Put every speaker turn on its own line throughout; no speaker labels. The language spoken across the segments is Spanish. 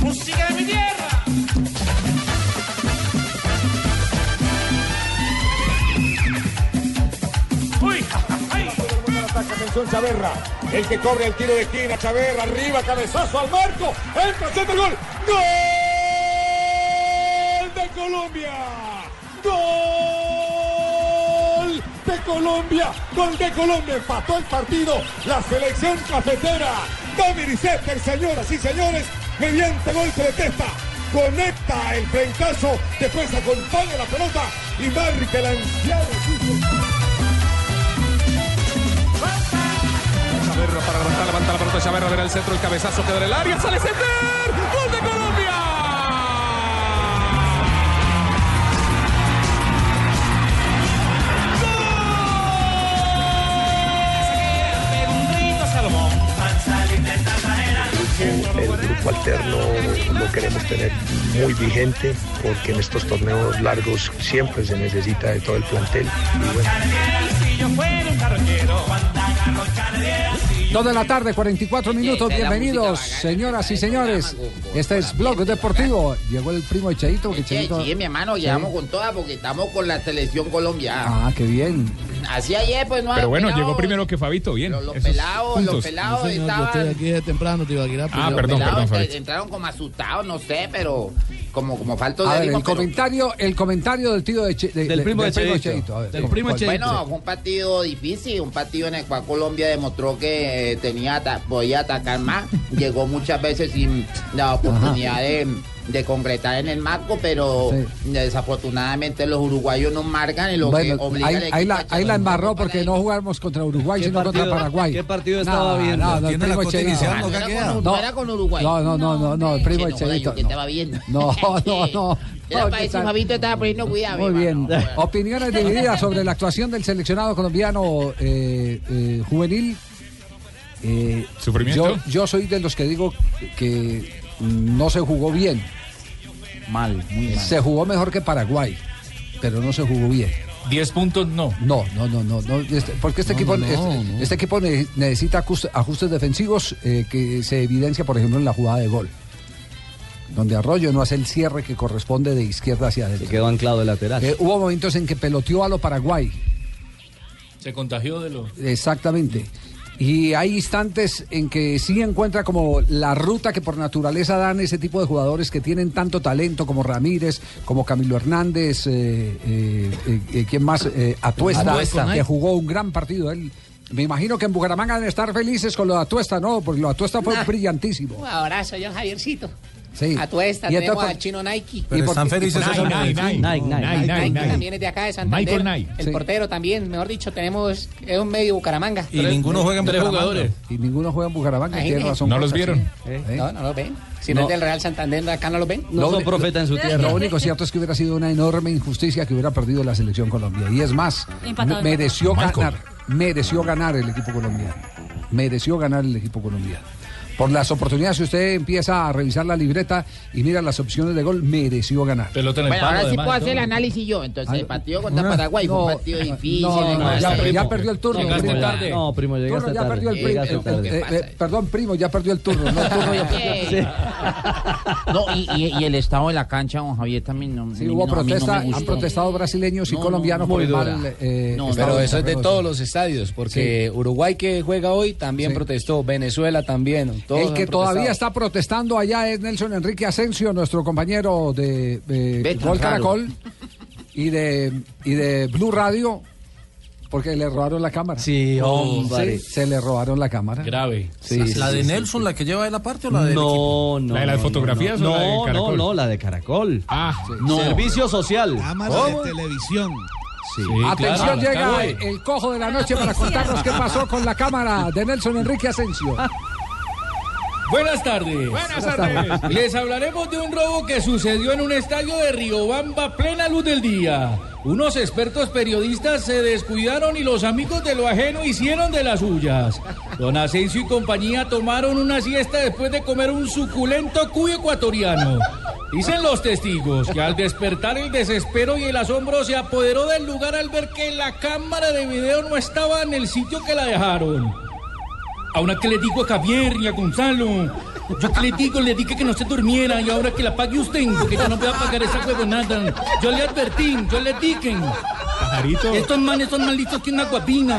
¡Música de mi tierra! ¡Uy! ¡Ay!
Atención Chaverra, el que cobra el tiro de esquina, Chaverra, arriba, cabezazo al marco, entra, centro, gol, gol de Colombia, gol de Colombia, gol de Colombia, empató el partido, la selección cafetera, Dominic Setter, señoras y señores, mediante golpe de testa, conecta el frentazo, después acompaña la pelota y marca el ansiado
Chaverra para levantar, levanta la pelota Chaverra, ver el centro, el cabezazo queda en el área, sale Center, gol de Colombia.
Pega un grito, Salomón.
el grupo alterno lo queremos tener muy vigente porque en estos torneos largos siempre se necesita de todo el plantel. Y bueno,
Si yo fuera un carroñero.
Dos de la tarde, 44 minutos. Bienvenidos, señoras y señores. Este es Blog Deportivo. Llegó el primo de Cheito. Que
Sí,
Cheito...
sí, mi hermano, llegamos con todas porque estamos con la selección Colombia.
Ah, qué bien.
Así ayer, pues no
Pero bueno,
pelados,
llegó primero que Fabito, bien.
Los, los
Esos
pelados, los
puntos.
pelados
Yo estoy
estaban.
aquí de temprano, Tibaquirá.
Ah,
pero-
perdón,
pelados
perdón,
que
Fabito.
eh, entraron como asustados, no sé, pero como, como faltos de
A ver,
ánimo.
el
pero-
comentario, el comentario del tío de, Che- de-
Del primo de Cheito.
A ver,
Del
¿cuál-
primo de
cuál-
Cheito.
Bueno, fue un partido difícil, un partido en el cual Colombia demostró que eh, tenía ata- podía atacar más. Llegó muchas veces sin la oportunidad de, de concretar en el marco, pero
Sí.
desafortunadamente los uruguayos no marcan y lo
Bueno,
que obliga
ahí,
al equipo
ahí
a
la,
echar
ahí la
un
embarró
poco para
porque
ahí.
no jugamos contra Uruguay, sino contra Paraguay.
qué partido estaba viendo?
No, no, el
Tiene la
primo de
cota
Cheito.
inicial,
No,
¿no?
era
queda?
con, no
No.
era con Uruguay.
No, no, no, no, no, el primo de
Che, no, joda,
Cheito.
yo que estaba viendo.
No, no, no.
Era
No,
para
¿qué
decir,
tal?
Fabito estaba poniendo cuidado.
Muy
mi
bien.
hermano.
Opiniones divididas sobre la actuación del seleccionado colombiano eh, eh, juvenil. Eh,
¿Sufrimiento?
Yo, yo soy de los que digo que no se jugó bien.
Mal, muy mal.
Se jugó mejor que Paraguay, pero no se jugó bien.
10 puntos no.
No, no, no, no, no, este- porque este equipo, este, este equipo ne- necesita ajuste- ajustes defensivos eh, que se evidencia, por ejemplo, en la jugada de gol, donde Arroyo no hace el cierre que corresponde de izquierda hacia
Se
adelante.
quedó anclado el lateral.
Eh, hubo momentos en que peloteó a lo Paraguay,
Se contagió de lo
exactamente. Y hay instantes en que sí encuentra como la ruta que por naturaleza dan ese tipo de jugadores que tienen tanto talento como Ramírez, como Camilo Hernández, eh, eh, eh, eh, ¿quién más? Eh, Atuesta,
Atuesta.
que jugó un gran partido. Él, me imagino que en Bucaramanga deben estar felices con lo de Atuesta, ¿no? Porque lo de Atuesta fue
Nah.
brillantísimo.
Un abrazo, yo Javiercito.
Sí.
A tu esta,
Y entonces
tenemos
por-
al chino Nike.
y
Pero
por-
están
y por-
felices esos hombres. Nike, Nike, Nike.
Nike también es de acá, de Santander.
Michael Nike.
El
Sí.
portero también, mejor dicho, tenemos es un medio Bucaramanga.
Y ninguno juega en
tres
Bucaramanga.
jugadores.
Y ninguno juega en Bucaramanga,
Ahí
tiene
ve.
razón.
No los
Jorge,
vieron.
sí.
Eh.
¿Eh?
No, no lo ven. Si no,
No.
es del Real Santander, acá no lo ven.
No son profeta en su tierra.
Lo único cierto es que hubiera sido una enorme injusticia que hubiera perdido la selección Colombia. Y es más,
Empatado,
me- mereció
empatado.
ganar, mereció ganar el equipo colombiano. Mereció ganar el equipo colombiano. Por las oportunidades, si usted empieza a revisar la libreta y mira las opciones de gol, mereció ganar.
Pelota en el
Bueno,
palo,
ahora sí
además,
puedo
y
hacer el
todo.
análisis yo. Entonces,
Ah,
el partido contra
no,
Paraguay fue un
no,
partido difícil.
no,
en
no,
el
ya,
cual-
ya perdió el turno.
Llegaste
primo.
tarde.
No, primo,
Turno,
llegaste
ya perdió el
tarde.
primo.
Llegaste
Pero,
tarde.
Eh,
pasa
eh,
ahí?
perdón, primo, ya perdió el turno. No, el turno ya perdió.
Sí.
No, y, y- y el estado de la cancha, don Javier, también no.
Sí,
no,
hubo
a mí no me
protesta,
gustó.
han protestado brasileños y
No, no,
colombianos por
muy
el
dura.
mal, eh,
No,
estado
pero
del
eso
terreno.
los estadios,
porque
Uruguay que juega hoy también
Sí.
protestó, Venezuela también.
El que todavía está protestando allá es Nelson Enrique Asensio, nuestro compañero de eh,
Ve tan
Gol
raro.
Caracol y de, y de Blue Radio, Porque le robaron la cámara.
Sí, hombre.
Sí, se le robaron la cámara.
Grave.
Sí, sí,
¿La de
sí,
Nelson, la que lleva él aparte o la
No,
de.?
no,
¿La de las
no,
fotografías o
no,
la de
no,
Caracol?
no, la de Caracol.
Ah,
no. Servicio social.
Cámara
¿Cómo?
de televisión.
Atención, llega el cojo de la noche para contarnos qué pasó con la cámara de Nelson Enrique Asensio.
Buenas tardes. Buenas
tardes.
Les hablaremos de un robo que sucedió en un estadio de Riobamba a plena luz del día. Unos expertos periodistas se descuidaron y los amigos de lo ajeno hicieron de las suyas. Don Asensio y compañía tomaron una siesta después de comer un suculento cuyo ecuatoriano. Dicen los testigos que al despertar el desespero y el asombro se apoderó del lugar al ver que la cámara de video no estaba en el sitio que la dejaron. Ahora que le digo a Javier y a Gonzalo, yo que le digo, le dije que no se durmiera y ahora que la pague usted, porque yo no voy a pagar esa huevonada. Yo le advertí, yo le dije. Estos manes son malitos que una guapina.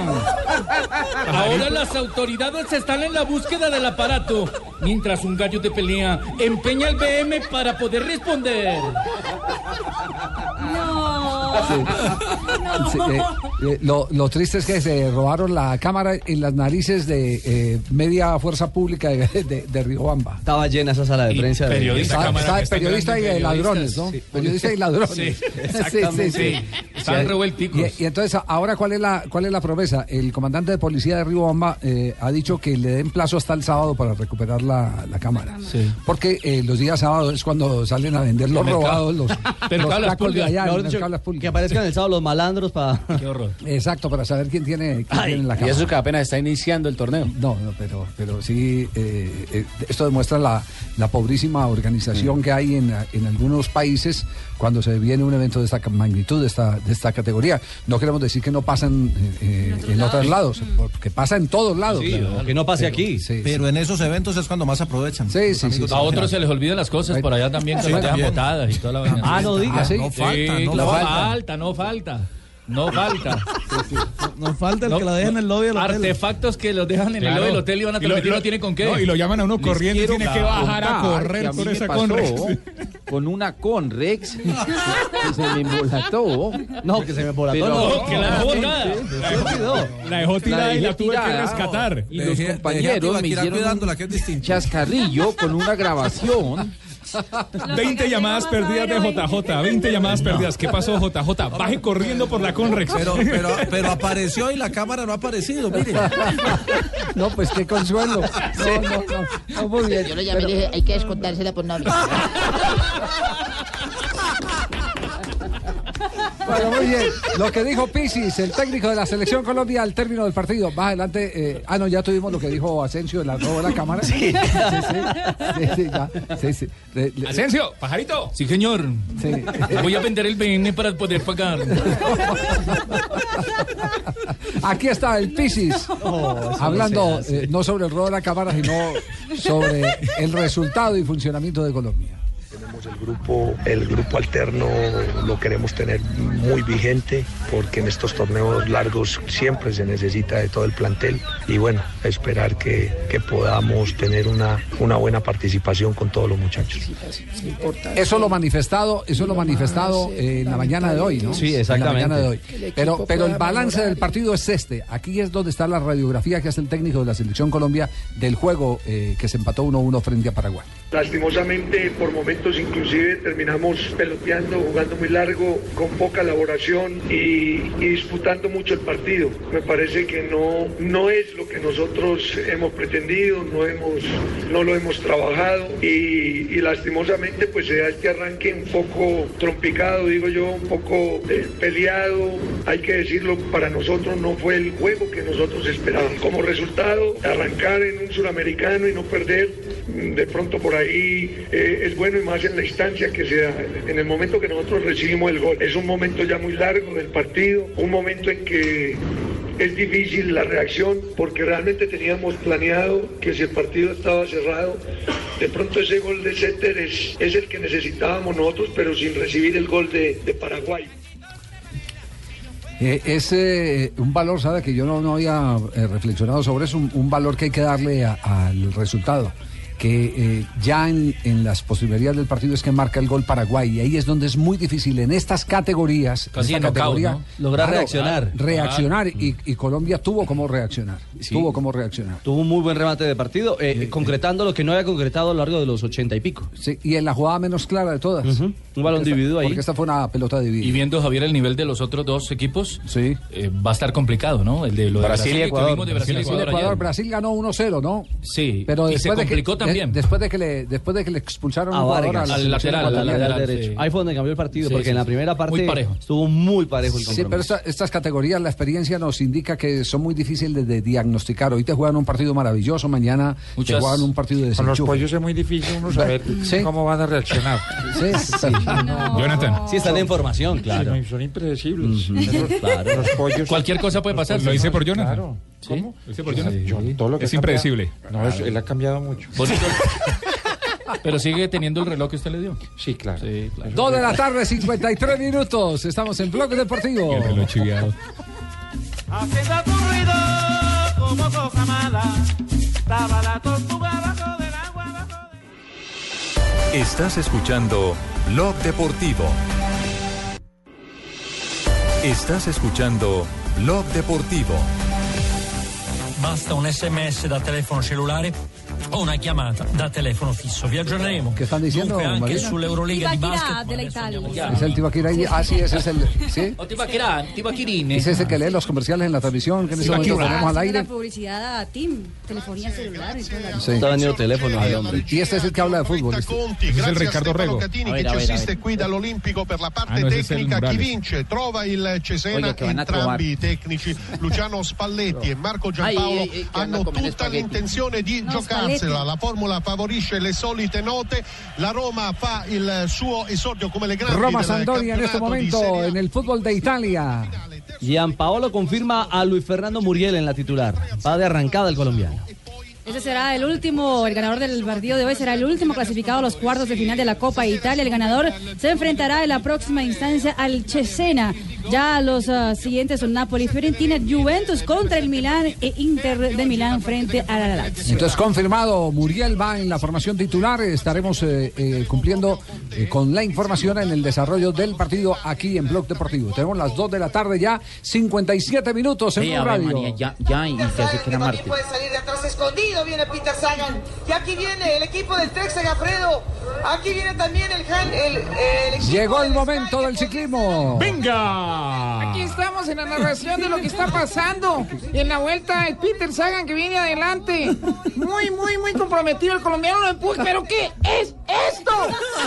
Ahora las autoridades están en la búsqueda del aparato, mientras un gallo de pelea empeña el BM para poder responder.
Sí, eh, eh, lo, lo triste es que se robaron la cámara en las narices de eh, media fuerza pública de, de, de Riobamba.
Estaba llena esa sala de prensa. de-
Está- está- periodista y eh, ladrones, ¿no?
Sí.
Periodista y ladrones.
Sí,
sí,
exactamente.
sí.
Están
Sí,
revuelticos.
Y, y entonces, ahora, ¿cuál es, la, ¿cuál es la promesa? El comandante de policía de Riobamba eh, ha dicho que le den plazo hasta el sábado para recuperar la, la cámara. Porque eh, los días sábados es cuando salen a vender los
El mercado.
robados, los, los
Mercado de las
tacos de
pulgas.
allá, el
Mejor
mercado
dicho,
de las pulgas.
Que aparezcan el sábado los malandros para. Qué
horror.
Exacto, para saber quién tiene, quién tiene en la
y
cámara.
eso que apenas está iniciando el torneo.
No, no, pero, pero sí, eh, eh, esto demuestra la, la pobrísima organización que hay en, en algunos países cuando se viene un evento de esta ca- magnitud, de esta, de esta categoría. No queremos decir que no pasan eh, eh, en otros lados, porque pasa en todos lados. Claro.
que no pase
Pero-
aquí.
sí,
Pero en esos eventos es cuando más aprovechan.
Sí, sí,
amigos
A
de-
otros se les olvidan las cosas por allá también, que
Sí,
las dejan
también.
botadas y toda la vaina.
Ah, no diga.
¿sí?
No falta,
Sí,
no
claro,
falta.
falta, no falta. No falta.
Nos falta el que la deja en el lobby del hotel.
Artefactos que los dejan en el
Claro.
lobby del hotel y van a
Y lo-
transmitir,
lo-
no tienen con qué.
no, y lo llaman a uno
Les
corriendo y
quiero
tiene que bajar a
contar
correr
que a mí
con
me
esa
pasó
Conrex.
Con una Conrex que se me embolató.
No, que se me embolató.
Pero-
no.
que la dejó tirada.
La dejó tirada y
dejé
la tuve que
tirada.
rescatar.
Y
Le dije- le
los
dije a
compañeros me
Tibaquirá
hicieron
cuidándola,
un
que es distinto.
chascarrillo con una grabación.
20 llamadas perdidas de JJ, 20 llamadas perdidas. ¿Qué pasó, JJ? Baje corriendo por la Conrex.
Pero, pero, pero apareció y la cámara no ha aparecido, mire.
No, pues qué consuelo. No, no, no, no, muy bien.
Yo le llamé y
Pero-
le dije, hay que descontársela por novio.
Bueno, muy bien. Lo que dijo Pisis, el técnico de la selección Colombia al término del partido. Más adelante, eh, ah, no, ya tuvimos lo que dijo Asensio de la, robo de la cámara. Sí, sí, sí, sí, ya, sí, sí. Le- le-
Asensio, pajarito. Sí, señor. Voy a vender el BN para poder pagar.
Aquí está el Pisis,
Oh,
hablando eh, no sobre el robo de la cámara, sino sobre el resultado y funcionamiento de Colombia.
grupo, el grupo alterno lo queremos tener muy vigente porque en estos torneos largos siempre se necesita de todo el plantel y bueno, esperar que, que podamos tener una, una buena participación con todos los muchachos.
Eso lo manifestado, eso
Ah,
lo manifestado eh, en la mañana de hoy, ¿no?
Sí,
En
exactamente.
la mañana de hoy.
Que el equipo
Pero, pero el
pueda
balance
mejorar.
del partido es este. Aquí es donde está la radiografía que hace el técnico de la selección Colombia del juego eh, que se empató 1-1 frente a Paraguay.
Lastimosamente, por momentos inclusive terminamos peloteando, jugando muy largo, con poca elaboración y, y disputando mucho el partido. Me parece que no, no es lo que nosotros hemos pretendido, no, hemos, no lo hemos trabajado y, y lastimosamente pues se da este arranque un poco trompicado, digo yo, un poco eh, peleado. Hay que decirlo, para nosotros no fue el juego que nosotros esperábamos. Como resultado, arrancar en un suramericano y no perder mm, de pronto por ahí eh, es bueno y más en la instancia que se da. En el momento que nosotros recibimos el gol, es un momento ya muy largo del partido, un momento en que es difícil la reacción porque realmente teníamos planeado que si el partido estaba cerrado, de pronto ese gol de Setter es, es el que necesitábamos nosotros, pero sin recibir el gol de- de Paraguay.
Eh, es eh, un valor, ¿sabe? Que yo no, no había eh, reflexionado sobre eso, un, un valor que hay que darle a- al resultado. que eh, ya en, en las posibilidades del partido es que marca el gol Paraguay. Y ahí es donde es muy difícil en estas categorías.
Casi
en esta
en knockout,
categoría, ah,
¿no? Lograr reaccionar. Mm.
Reaccionar. Y, y Colombia tuvo cómo reaccionar.
Sí.
Tuvo cómo reaccionar.
Tuvo un muy buen remate de partido, eh, concretando lo que no había concretado a lo largo de los ochenta y pico.
Sí, y en la jugada menos clara de todas.
Un balón
Porque esta-
dividido ahí.
Porque esta fue una pelota dividida.
Y viendo, Javier, el nivel de los otros dos equipos, eh, va a estar complicado, ¿no? El de lo de
Brasil y
que
Ecuador.
vimos de Brasil y
Brasil,
Ecuador
Ecuador,
ayer.
Brasil ganó 1-0, ¿no?
Sí,
Pero
y
después
se complicó
de que, de-
también.
después de que le después de que le expulsaron
a
un jugador
Vargas.
la selección ecuatoriana.
derecho. Ahí fue donde cambió el partido,
Sí,
porque
sí,
en la
sí.
primera parte
Muy parejo.
estuvo muy parejo el
Sí,
compromiso.
pero esta- estas categorías, la experiencia nos indica que son muy difíciles de diagnosticar. Hoy te juegan un partido maravilloso, mañana te
Muchas-
juegan un partido
Pues
de
Con los
desenchufe.
pollos es muy difícil uno saber
Sí.
cómo van a reaccionar.
Sí, sí.
Jonathan.
Sí, está la información, claro.
Sí, son impredecibles. Esos-
Claro.
Los pollos.
Cualquier cosa puede pasar.
Los
Lo hice por
pollos,
Jonathan.
Claro. ¿Cómo?
Lo hice por Jonathan.
Yo- todo lo que
Es
ha cambiado-
impredecible.
No, es- él ha cambiado mucho.
Pero sigue teniendo el reloj que usted le dio.
Sí, claro.
Dos de la tarde, 53 minutos. Estamos en Blog Deportivo.
Haciendo tu ruido como cosa mala. Estaba la tortuga bajo del agua.
Estás escuchando Blog Deportivo. Estás escuchando Blog Deportivo.
Basta un sms da telefono cellulare o una chiamata da telefono fisso. Vi aggiorneremo.
Che stanno dicendo,
Dunque anche
Marina?
sull'Euroliga di basket.
Tibaquirá de la Italia.
Es el Tibaquirá. Ah, sí, ese es el. ¿sí?
Oh,
O Tibaquirá, Tibaquirine.
Ese es el que lee los comerciales en la transmisión que en ese momento
Tibaquirá.
tenemos al
Haciendo
aire.
la publicidad a Tim, telefonía celular y todo el
Sí.
Está vendiendo teléfono al hombre.
Y este es el que habla de fútbol. este.
Grazie a Stefano Catini che ci assiste qui dall'Olimpico per la parte
Ah, no, ese es el
tecnica. Chi
Morales.
vince trova il Cesena.
Oiga, che vanno a
Entrambi i tecnici, Luciano Spalletti e Marco Giampaolo,
Ah, e- e- che hanno
hanno
come le
tutta
spaghetti.
l'intenzione di
No,
giocarsela.
Spalletti.
La formula favorisce le solite note. La Roma fa il suo esordio come le grandi
Roma
del
Sandoria en este
campionato di
momento en el fútbol de Italia.
Gianpaolo confirma a Luis Fernando Muriel en la titular. Va de arrancada el colombiano.
Ese será el último, el ganador del partido de hoy será el último clasificado a los cuartos de final de la Copa de Italia. El ganador se enfrentará en la próxima instancia al Cesena. Ya los ah, siguientes son Napoli, Fiorentina, Juventus contra el Milán e Inter de Milán frente a la Lazio.
Entonces confirmado, Muriel va en la formación titular. Estaremos eh, eh, cumpliendo eh, con la información en el desarrollo del partido aquí en Blog Deportivo. Tenemos las 2 de la tarde ya, 57 minutos en
Sí,
Blue
Ave
Radio.
María, ya, ya, y se hace que era martes.
Puede salir de atrás escondido, viene Peter Sagan. Y aquí viene el equipo del Tex Segafredo. Aquí viene también el, Han- el, el equipo
Llegó el momento del ciclismo.
¡Venga!
Aquí estamos en la narración de lo que está pasando. En la vuelta es Peter Sagan que viene adelante. Muy, muy, muy comprometido el colombiano. Lo empuja. ¿Pero qué es esto?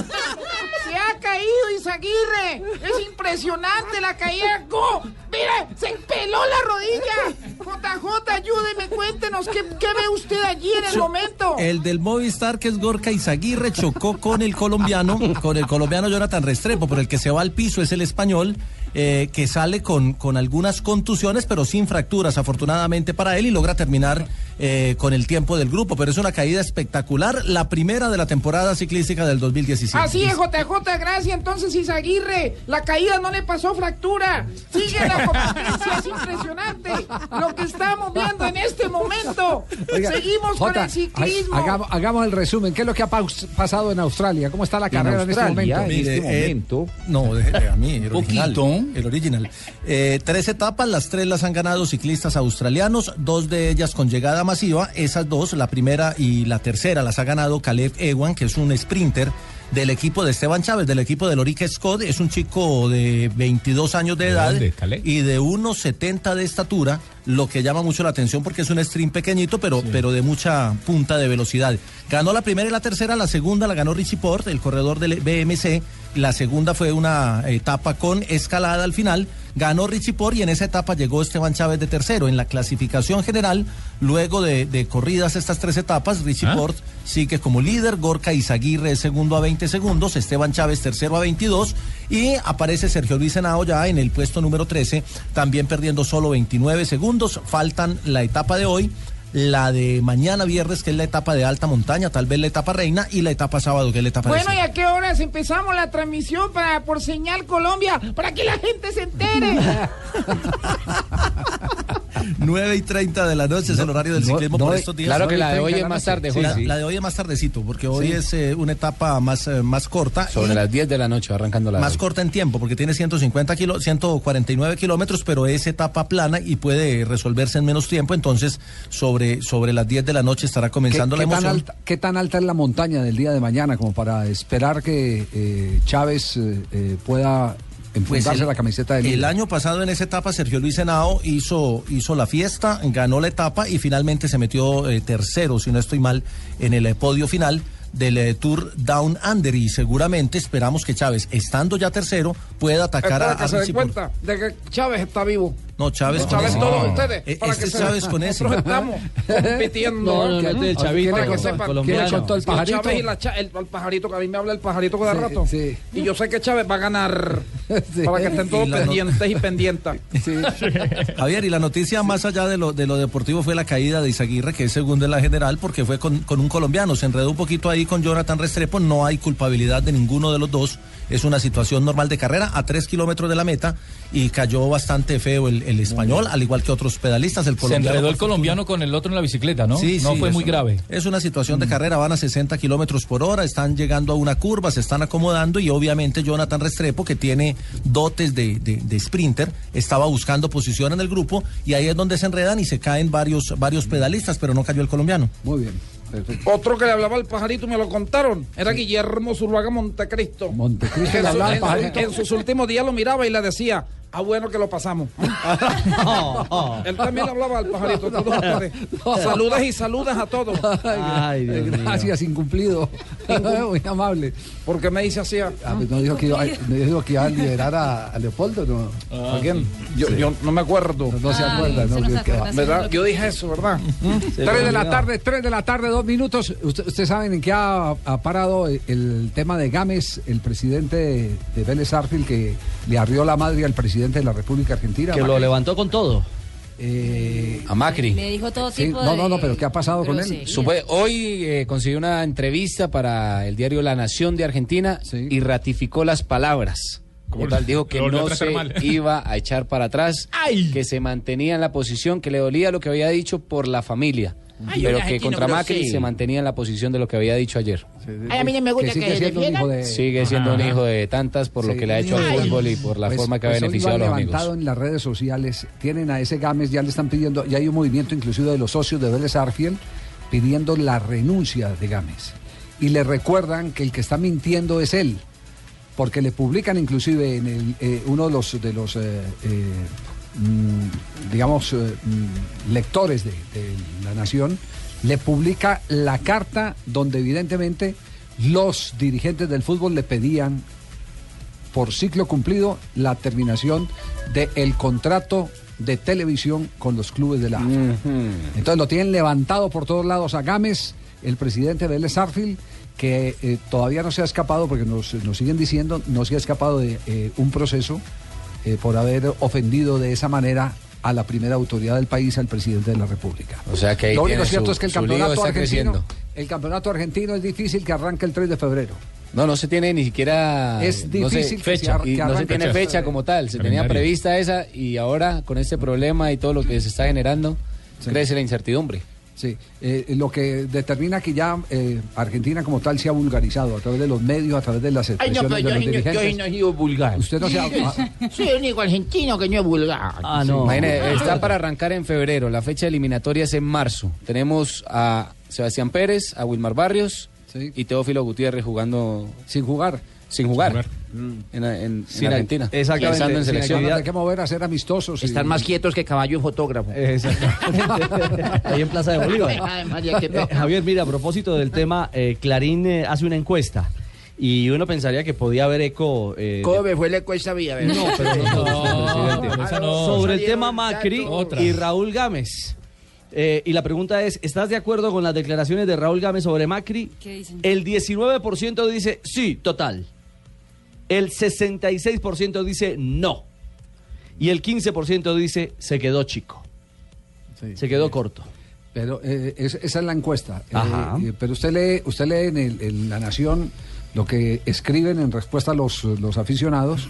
Se ha caído Izaguirre. Es impresionante la caída. ¡Go! ¡Mira! ¡Se peló la rodilla! JJ, ayúdeme, cuéntenos. ¿Qué, qué ve usted allí en el
Yo-
momento?
El del Movistar, que es Gorka Izaguirre, chocó con el colombiano, con el colombiano Jonathan Restrepo, pero el que se va al piso es el español, eh, que sale con, con algunas contusiones, pero sin fracturas, afortunadamente para él, y logra terminar eh, con el tiempo del grupo. Pero es una caída espectacular, la primera de la temporada ciclística del 2017.
Así es, JJ, gracias. Entonces, Izaguirre, la caída no le pasó fractura. Sigue la competencia, es impresionante lo que estamos viendo en este momento.
Oiga,
Seguimos con
Jota,
el ciclismo.
ha- hagamos, hagamos el resumen. ¿Qué es lo que ha paus- pasado en Australia? ¿Cómo está la carrera en,
Australia,
este
mire, eh,
momento?
no, déjeme a mí, el original.
Poquito.
El original. Eh, tres etapas, las tres las han ganado ciclistas australianos, dos de ellas con llegada masiva. Esas dos, la primera y la tercera, las ha ganado Caleb Ewan, que es un sprinter del equipo de Esteban Chávez, del equipo de Lorica Scott. Es un chico de 22 años de, edad
dónde,
y de 1,70 de estatura, lo que llama mucho la atención porque es un stream pequeñito, pero, pero de mucha punta de velocidad. Ganó la primera y la tercera, la segunda la ganó Richie Port, el corredor del BMC. La segunda fue una etapa con escalada al final. Ganó Richie Port y en esa etapa llegó Esteban Chávez de tercero. En la clasificación general, luego de, de corridas estas tres etapas, Richie Port sigue como líder, Gorka Izaguirre es segundo a 20 segundos, Esteban Chávez tercero a 22 y aparece Sergio Luis Henao ya en el puesto número 13, también perdiendo solo 29 segundos. Faltan la etapa de hoy, la de mañana viernes, que es la etapa de alta montaña, tal vez la etapa reina, y la etapa sábado, que es la etapa de
Bueno, ¿y a qué horas empezamos la transmisión para por Señal Colombia? Para que la gente se entere.
9 y 30 de la noche es el horario del
no,
ciclismo
no,
por estos días.
claro que la de hoy es más tarde, Jorge.
La,
Sí.
la de hoy es más tardecito, porque hoy
Sí.
es eh, una etapa más, eh, más corta.
Sobre
y-
las 10 de la noche, arrancando la.
más corta en tiempo, porque tiene 150 kilo, 149 kilómetros, pero es etapa plana y puede resolverse en menos tiempo. Entonces, sobre, sobre las 10 de la noche estará comenzando
¿Qué,
la
qué tan
emoción.
alta, qué tan alta es la montaña del día de mañana como para esperar que eh, Chávez eh, eh, pueda
Pues
empuntarse la camiseta del
el
líder?
año pasado en esa etapa Sergio Luis Henao hizo, hizo la fiesta, ganó la etapa y finalmente se metió eh, tercero, si no estoy mal, en el eh, podio final del eh, Tour Down Under y seguramente esperamos que Chávez, estando ya tercero, pueda atacar a,
Para
a
que se den
Richie Port.
cuenta de que Chávez está vivo.
No, Chávez
No,
con
Chávez
ese.
todos ustedes,
Eh,
para
Este
que
es
se-
Chávez con ese.
Nosotros estamos compitiendo. ¿eh?
No, no, no, este es el chavito,
Para que
no,
sepan.
colombiano.
Quiere con todo el
Es que Chávez
pajarito.
y la
el, pajarito que a mí me habla el pajarito cada
Sí,
rato. Y yo sé que Chávez va a ganar. Para que estén todos
Y la no-
pendientes y pendientas.
Javier, y la noticia más allá de lo, de lo deportivo fue la caída de Izaguirre, que es segundo en la general, porque fue con, con un colombiano. Se enredó un poquito ahí con Jonathan Restrepo. No hay culpabilidad de ninguno de los dos. Es una situación normal de carrera a tres kilómetros de la meta y cayó bastante feo el, el español, al igual que otros pedalistas. El
Se
colombiano
enredó el colombiano con el otro en la bicicleta, ¿no?
Sí,
no
sí,
fue
es
muy
una-
grave.
Es una situación de carrera, van a 60 kilómetros por hora, están llegando a una curva, se están acomodando y obviamente Jonathan Restrepo, que tiene dotes de, de- de sprinter, estaba buscando posición en el grupo y ahí es donde se enredan y se caen varios, varios pedalistas, pero no cayó el colombiano.
Muy bien.
Otro que le hablaba al pajarito y me lo contaron. Era Guillermo Zuluaga Montecristo.
Montecristo
Que
le
en, su-
hablaba al
en su-
pajarito.
en sus últimos días lo miraba y le decía, ah, bueno que lo pasamos. Él también le hablaba al pajarito. todos ustedes. Saludas y saludas a todos.
Ay, gracias, incumplido. Muy amable.
¿Por qué me dice así? ah?
Ah, pues no dijo que iba, no dijo que iba a liberar a, a Leopoldo, ¿no?
¿A quién? Yo, yo no me acuerdo.
No
Ah,
se acuerda, ¿no? Que- que va.
¿Verdad? Yo dije eso, ¿verdad?
Tres de la tarde, tres de la tarde, dos minutos. Usted- Ustedes saben en qué ha, ha parado el, el tema de Gámez, el presidente de, de Vélez Arfield, que le arrió la madre al presidente de la República Argentina. Eh,
Que lo levantó con todo.
A Macri.
Le dijo todo
Sí,
tipo
no,
de...
no, no, pero ¿qué ha pasado con él?
Supe- hoy eh, consiguió una entrevista para el diario La Nación de Argentina y ratificó las palabras. Como
Uy,
tal, dijo que
lo volvió a
no
tratar
se
mal.
iba a echar para atrás, que se mantenía en la posición, que le dolía lo que había dicho por la familia,
Ay, un
pero que
argentino
contra Macri
grosero.
se mantenía en la posición de lo que había dicho ayer.
Ay, a mí no me gusta que, defiendan.
Sigue siendo un hijo de tantas por lo que le ha hecho al fútbol y por la
Pues-
forma que ha
pues hoy
beneficiado a
lo
los
han
amigos.
levantado en las redes sociales, tienen a ese Gámez, ya le están pidiendo, ya hay un movimiento inclusive de los socios de Vélez Arfield pidiendo la renuncia de Gámez. Y le recuerdan que el que está mintiendo es él, porque le publican inclusive en el, eh, uno de los, de los eh, eh, mm, digamos, eh, mm, lectores de, de La Nación, le publica la carta donde evidentemente los dirigentes del fútbol le pedían por ciclo cumplido la terminación del el contrato de televisión con los clubes de la AFA. Entonces lo tienen levantado por todos lados a Gámez, el presidente Vélez Arfield, que eh, todavía no se ha escapado, porque nos, nos siguen diciendo, no se ha escapado de eh, un proceso eh, por haber ofendido de esa manera a la primera autoridad del país, al presidente de la República.
O sea que ahí
Lo único
tiene
cierto
su-
es que el
su lío
campeonato,
está
argentino,
creciendo.
el campeonato argentino es difícil que arranque el 3 de febrero.
No, no se tiene ni siquiera
Es
Ah, no sé,
difícil que se
fecha.
ar-
y
que
no se
arranque.
tiene fecha como tal. Se tenía
Calendario.
prevista esa y ahora con este problema y todo lo que se está generando crece la incertidumbre.
Sí, eh, lo que determina que ya eh, Argentina como tal se ha vulgarizado a través de los medios, a través de las
Ay, no,
expresiones
pero yo,
de los
soy- yo,
dirigentes.
soy- no soy vulgar.
Usted no se ha-
Soy el único argentino que no es vulgar.
Ah, no. está para arrancar en febrero. La fecha eliminatoria es en marzo. Tenemos a Sebastián Pérez, a Wilmar Barrios y Teófilo Gutiérrez jugando sin jugar. Sin jugar. En, en- en
Sin
Argentina.
ac- exactamente,
Pensando en
sin
selección.
actividad. Hay que mover a ser amistosos.
Están más quietos que caballo y fotógrafo.
Eh, Ahí en Plaza de Bolívar.
Ay, María, qué
Eh, Javier, mira, a propósito del tema, eh, Clarín eh, hace una encuesta y uno pensaría que podía haber eco. eh,
¿Cómo me fue la encuesta mía? ver.
No, pero
esa
no.
no.
Sobre el
Salieron
tema Macri
datos. Otra.
y Raúl Gámez. Eh, y la pregunta es, ¿estás de acuerdo con las declaraciones de Raúl Gámez sobre Macri?
¿Qué dicen?
El 19% dice sí, total. El 66% dice no. Y el 15% dice se quedó chico. se quedó corto.
Pero eh, es- esa es la encuesta. Eh,
Ajá.
eh, pero usted lee, usted lee en, el- en La Nación lo que escriben en respuesta a los, los aficionados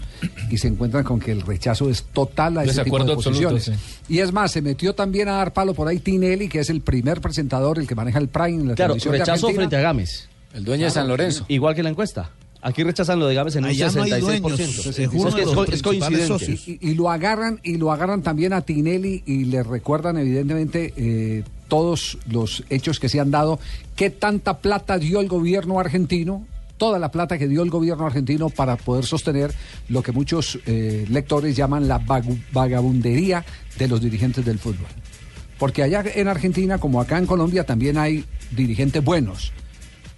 y se encuentran con que el rechazo es total a ese tipo de
Desacuerdo absoluto,
posiciones. Y es más, se metió también a dar palo por ahí Tinelli, que es el primer presentador, el que maneja el Prime en la
Claro,
televisión de
rechazo
Argentina.
frente a Gámez.
El dueño de San Lorenzo.
Igual que la encuesta. Aquí rechazan lo de Gámez en un
Allá no hay
66%.
dueños,
Es
se juzgan
que es,
los
co- es coincidente.
principales socios. Y, y lo agarran y lo agarran también a Tinelli y le recuerdan evidentemente eh, todos los hechos que se han dado, qué tanta plata dio el gobierno argentino. Toda la plata que dio el gobierno argentino para poder sostener lo que muchos eh, lectores llaman la vagu- vagabundería de los dirigentes del fútbol. Porque allá en Argentina, como acá en Colombia, también hay dirigentes buenos.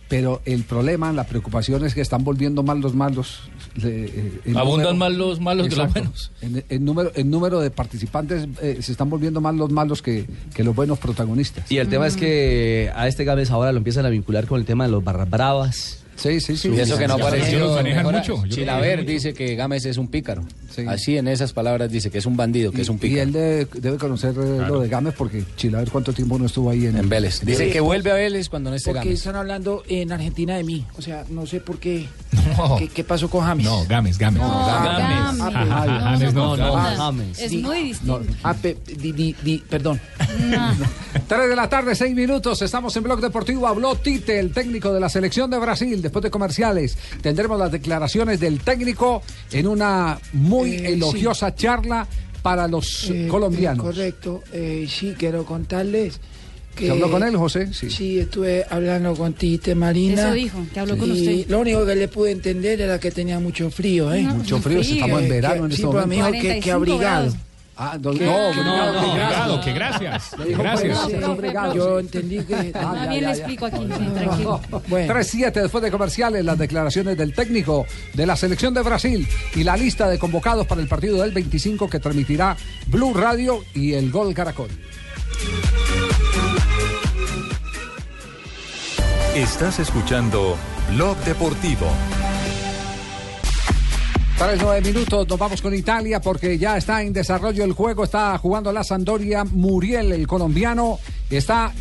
Pero el problema, la preocupación es que están volviendo mal los malos. le- eh, el número-
Abundan más los malos que los
Exacto.
buenos.
En, en número, en número de participantes eh, se están volviendo más los malos que, que los buenos protagonistas.
Y el tema es que a este Gámez ahora lo empiezan a vincular con el tema de los barras bravas.
Sí, sí,
Y eso que no apareció. mejora. Chilaver
Chilaver,
dice que Gámez es un pícaro. Así en esas palabras dice que es un bandido, que es un
Y
pícaro.
él de- debe conocer eh, lo de Gámez porque Chilaver cuánto tiempo no estuvo ahí en,
En Vélez. Dice que vuelve a Vélez cuando no esté
Porque
Gámez.
están hablando en Argentina de mí. O sea, no sé por qué. ¿Qué, qué pasó con James?
No, Gámez, Gámez.
No,
Gámez.
Gámez. Ah, pues,
Ajá, ajá, James no,
No,
Gámez.
no,
Es
Sí.
muy distinto.
No, ah, pe- di- di- di- perdón.
3 de la tarde, 6 minutos. Estamos en Blog Deportivo. Habló Tite, el técnico de la selección de Brasil. Después de comerciales, tendremos las declaraciones del técnico en una muy
Eh,
elogiosa charla para los
Eh,
colombianos.
eh, correcto. Eh, sí, quiero contarles que...
¿Se habló con él, José?
Sí. estuve hablando con Tite Marina.
Eso dijo, que habló con
Y
usted.
Lo único que le pude entender era que tenía mucho frío, ¿eh?
No, Mucho frío, frío. si estamos en
Que-
verano
que-
en este
sí, pero
momento.
me dijo que- que,
45
abrigado.
grados. Ah, no,
Que-
no,
que
no, no,
gracias.
que gracias.
Le dijo,
Gracias.
"Profe,
Sí,
profe, gracias".
pues, yo entendí que...
Ah, ya,
También
ya,
le
ya.
explico aquí, sí, tranquilo.
3-7 después de comerciales, las declaraciones del técnico de la selección de Brasil y la lista de convocados para el partido del 25 que transmitirá Blue Radio y el Gol Caracol.
Estás escuchando Blog Deportivo.
3-9 minutos, nos vamos con Italia porque ya está en desarrollo el juego, está jugando la Sandoria Muriel, el colombiano, está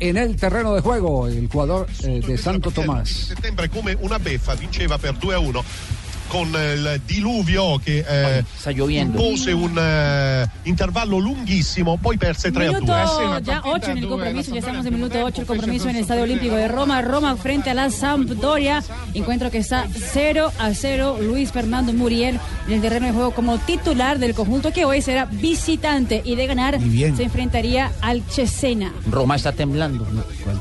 en el terreno de juego, el jugador eh, de Santo Tomás.
settembre come una beffa vinceva per 2 a 1 con eh, il diluvio che eh, impose un eh, intervallo lunghissimo poi perse 3 a 2
Eh,
Minuto Eh ya 8 en el compromiso, ya estamos en minuto 8 el compromiso en el Estadio Olímpico de Roma, Roma frente a la Sampdoria, encuentro que está 0 a 0 Luis Fernando Muriel en el terreno de juego como titular del conjunto que hoy será visitante y de ganar
Muy bien.
se enfrentaría al Chesena.
Roma está temblando.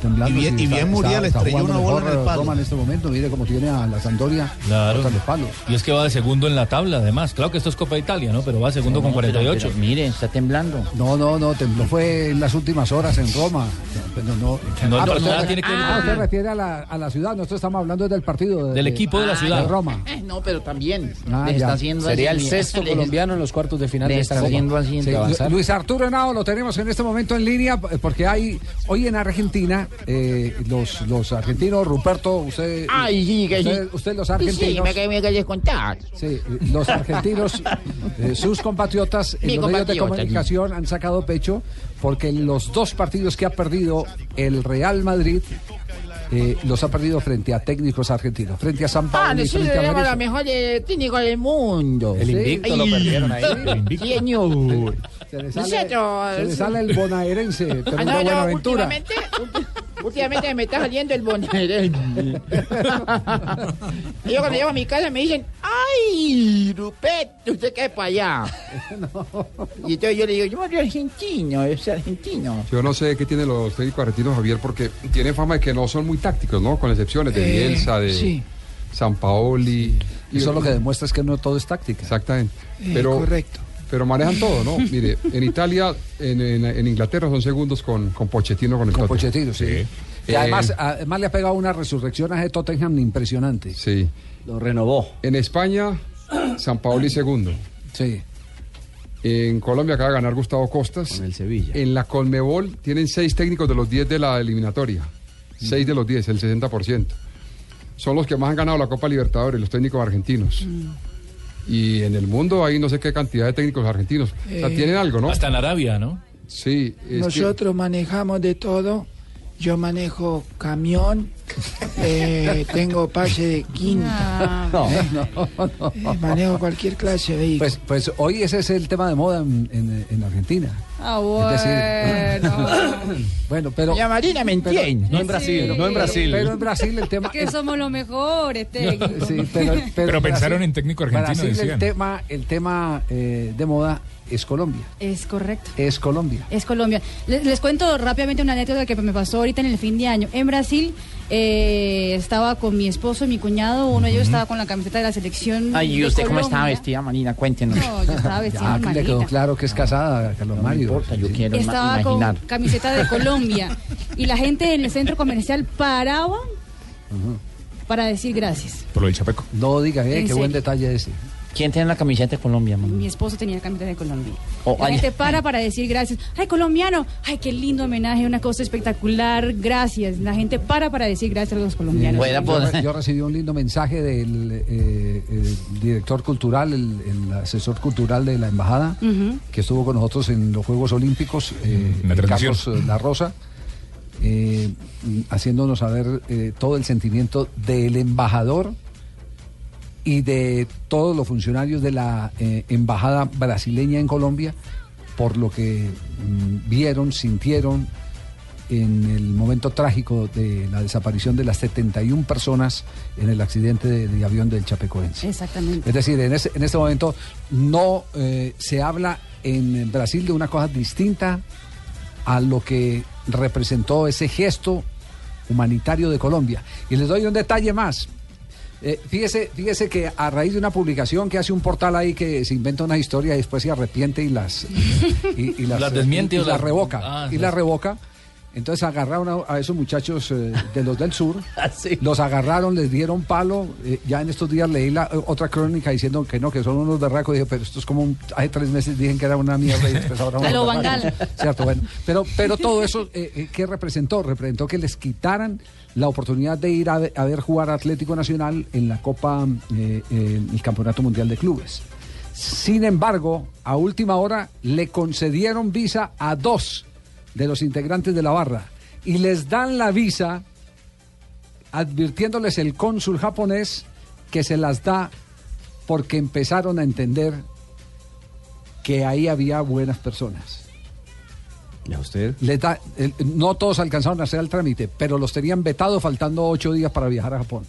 temblando,
Y bien-
sí,
y bien Muriel estrelló
jugando
una bola
mejor
en el palo.
Roma en este momento, mire cómo tiene a la Sampdoria.
Claro.
contra los palos.
Y es que va de segundo en la tabla, además. Claro que esto es Copa Italia, ¿no? Pero va segundo con 48.
mire, está temblando. No, no, no, tembló fue en las últimas horas en Roma. Pero no,
No, no,
pero
nada
usted-
tiene que ver
ah,
con-
usted refiere a la, a la ciudad, nosotros estamos hablando del partido. de- Ah,
Del equipo de
Ah,
la ciudad.
De Roma.
Eh, no, pero también.
Ah,
les
ya.
está haciendo
Sería el
así,
sexto
les-
colombiano en los cuartos de final
le
de esta
está
Copa.
haciendo así,
Sí,
Lu-
avanzar.
Luis Arturo Henao lo tenemos en este momento en línea eh, porque hay hoy en Argentina eh, los, los argentinos, Ruperto, usted,
Ay, sí, que sí.
usted, usted los
Sí,
argentinos.
Sí, me que me calles contar.
Sí, los argentinos, eh, sus compatriotas en
Mi
los medios de
compatriota,
comunicación han sacado pecho porque los dos partidos que ha perdido el Real Madrid eh, los ha perdido frente a técnicos argentinos, frente a San
Ah,
Pablo.
nosotros éramos los mejores técnicos eh, del mundo.
El invicto lo perdieron ahí. El invicto.
Señor.
sale,
Nosotros-
se le sale el bonaerense, pero
Ah,
no,
no, no,
Buenaventura.
últimamente, últimamente me está saliendo el bonaerense. Y yo cuando llego a mi casa me dicen, ¡ay, Rupeto, usted qué es para allá! Y entonces yo le digo, yo soy argentino, yo soy argentino.
Yo no sé qué tienen los técnicos argentinos, Javier, porque tienen fama de que no son muy tácticos, ¿no? Con excepciones de
Eh,
Bielsa, de
sí.
San Paoli.
Eso lo que demuestra es que no todo es táctica.
Exactamente.
Eh,
Pero,
correcto.
Pero manejan todo, ¿no? Mire, en Italia, en, en- en Inglaterra son segundos con, con Pochettino, con el Con
Pochettino, sí. Y
Eh,
además, además le ha pegado una resurrección a ese Tottenham impresionante.
Sí.
Lo renovó.
En España, San Paoli segundo.
Sí.
En Colombia acaba de ganar Gustavo Costas. En el
Sevilla.
En la Colmebol tienen seis técnicos de los diez de la eliminatoria. Seis de los diez, el 60%. Son los que más han ganado la Copa Libertadores, los técnicos argentinos. Y en el mundo hay no sé qué cantidad de técnicos argentinos. O sea,
Eh,
tienen algo, ¿no?
Hasta en Arabia, ¿no?
Sí. es que-
Nosotros manejamos de todo. Yo manejo camión,
Eh, tengo pase de quinta.
No,
Eh,
no, no.
eh, manejo cualquier clase de vehículo.
Pues, pues hoy ese es el tema de moda en, en- en Argentina.
Ah,
Es decir, bueno, pero.
Ya Marina me
pero-
entiende.
pero-
No en Brasil,
pero-
no en
pero-
Brasil.
Pero en Brasil el tema.
Que somos los mejores técnicos.
Sí, pero,
Pero pensaron en técnico argentino,
Brasil,
decían.
El tema, el tema eh, de moda es Colombia.
Es correcto.
Es Colombia.
Es Colombia. Les, les cuento rápidamente una anécdota que me pasó ahorita en el fin de año. En Brasil eh, estaba con mi esposo y mi cuñado. Uno de ellos estaba con la camiseta de la selección.
Ay, ¿y
de
usted cómo estaba
Colombia.
vestida, Marina? Cuéntenos.
No, yo estaba vestida
Ah, que le quedó
normalita.
claro que es casada, Carlos Mario. yo
quiero
Estaba con camiseta de Colombia. y la gente en el centro comercial paraba para decir gracias.
Por lo del Chapeco.
No diga,
eh,
¿En qué buen serio?
detalle ese.
¿Quién tiene la camiseta de Colombia, mamá?
Mi esposo tenía camiseta de Colombia.
Oh,
la
ay.
gente para para decir gracias. Ay, colombiano. Ay, qué lindo homenaje, una cosa espectacular. Gracias. La gente para para decir gracias a los colombianos.
Eh, yo,
pues,
re- yo recibí un lindo mensaje del eh, eh, director cultural, el, el asesor cultural de la embajada,
Ujú.
que estuvo con nosotros en los Juegos Olímpicos, eh,
En Mm, la transmisión.
Carlos eh, La Rosa, eh, mm, haciéndonos saber eh, todo el sentimiento del embajador y de todos los funcionarios de la eh, embajada brasileña en Colombia por lo que mm, vieron, sintieron en el momento trágico de la desaparición de las 71 personas en el accidente de, de avión del Chapecoense.
Exactamente.
Es decir, en, ese- en este momento no eh, se habla en Brasil de una cosa distinta a lo que representó ese gesto humanitario de Colombia. Y les doy un detalle más. Eh, fíjese, fíjese que a raíz de una publicación que hace un portal ahí que se inventa una historia y después se arrepiente y las y, y las,
Las desmiente
y,
o
las
las-
revoca
Ah,
y
sí.
las revoca. Entonces agarraron a, a esos muchachos eh, de los del sur, los agarraron, les dieron palo. eh, ya en estos días leí la, eh, otra crónica diciendo que no, que son unos berracos. Dije, pero esto es como un- hace tres meses dijeron que era una mierda y después ahora unos
Lo
berracos".
Bangal.
Cierto, bueno. Pero, pero todo eso, eh, eh, ¿qué representó? Representó que les quitaran la oportunidad de ir a, ve- a ver jugar a Atlético Nacional en la Copa, eh, eh, el Campeonato Mundial de Clubes. Sin embargo, a última hora le concedieron visa a dos de los integrantes de la barra y les dan la visa advirtiéndoles el cónsul japonés que se las da porque empezaron a entender que ahí había buenas personas.
¿Y a usted?
Les da- el- no todos alcanzaron a hacer el trámite, pero los tenían vetado faltando ocho días para viajar a Japón.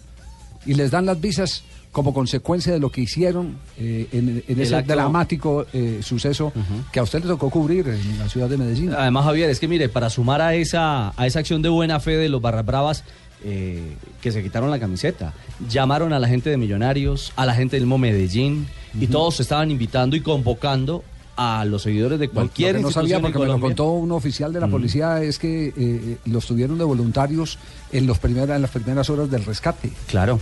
Y les dan las visas como consecuencia de lo que hicieron eh, en, en
El
ese
acto-
dramático eh, suceso que a usted le tocó cubrir en la ciudad de Medellín.
Además, Javier, es que mire, para sumar a esa, a esa acción de buena fe de los barras bravas eh, que se quitaron la camiseta, llamaron a la gente de Millonarios, a la gente del Mo Medellín, y todos estaban invitando y convocando a los seguidores de
Lo- lo
cualquier
que no
institución
sabía
en
porque me lo
Colombia. Mm.
contó un oficial de la policía es que eh, los tuvieron de voluntarios en los primera- en las primeras horas del rescate.
Claro.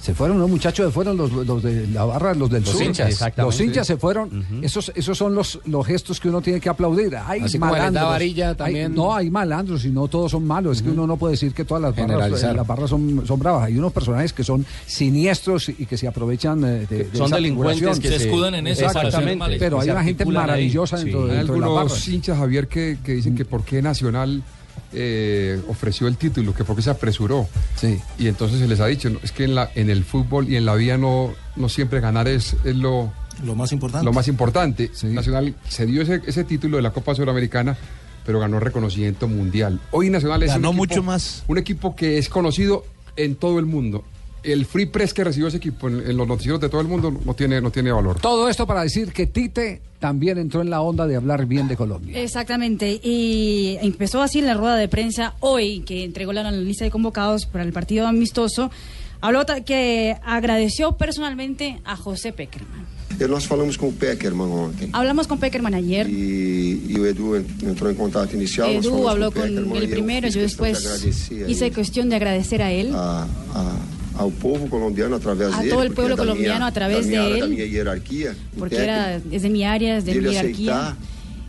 Se fueron unos muchachos, se fueron los, los de la barra, los del
Los
sur.
hinchas, exactamente.
Los hinchas se fueron. esos, esos son los, los gestos que uno tiene que aplaudir. Hay
Así como
malandros.
les da varilla
hay-
también.
no, hay malandros y no todos son malos. Es que uno no puede decir que todas las barras,
Generalizar.
las barras son, son bravas. Hay unos personajes que son siniestros y que se aprovechan eh, de, de
son
esa
delincuentes
figuración.
que Se se- escudan en eso para hacer
Exactamente.
males.
Pero
que
hay
se
una gente
articulan ahí.
maravillosa
Sí.
dentro,
Hay
dentro de la barra.
algunos hinchas, Javier, que, que dicen que por qué Nacional eh, ofreció el título, que por qué se apresuró. Y entonces se les ha dicho, no, es que en, la, en el fútbol y en la vida no, no siempre ganar es, es lo,
lo más importante.
Lo más importante. Nacional se dio ese, ese título de la Copa Sudamericana, pero ganó reconocimiento mundial. Hoy Nacional es
Ganó
un equipo,
mucho más.
un equipo que es conocido en todo el mundo. El free press que recibió ese equipo en, en los noticieros de todo el mundo no tiene, no tiene valor.
Todo esto para decir que Tite también entró en la onda de hablar bien de Colombia.
Exactamente, y empezó así en la rueda de prensa hoy, que entregó la lista de convocados para el partido amistoso. Habló ta- que agradeció personalmente a José Peckerman.
E nós falamos com o Peckerman ontem.
Hablamos con Peckerman ayer,
E, e o Edu en- entrou em contato inicial. nós
Edu
falamos
habló
com o
con
Peckerman
el
e eu
primero,
fiz
yo
questão de
después
agradecer a
hice
ele,
cuestión de agradecer a él.
a- a- ao povo colombiano através
A
dele.
todo el
porque
pueblo
é da
colombiano
minha,
através
da minha,
de
área,
él.
Da minha hierarquia. o
porque
técnico.
era, es de mi área, es de
Dele
mi jerarquía.
aceptar.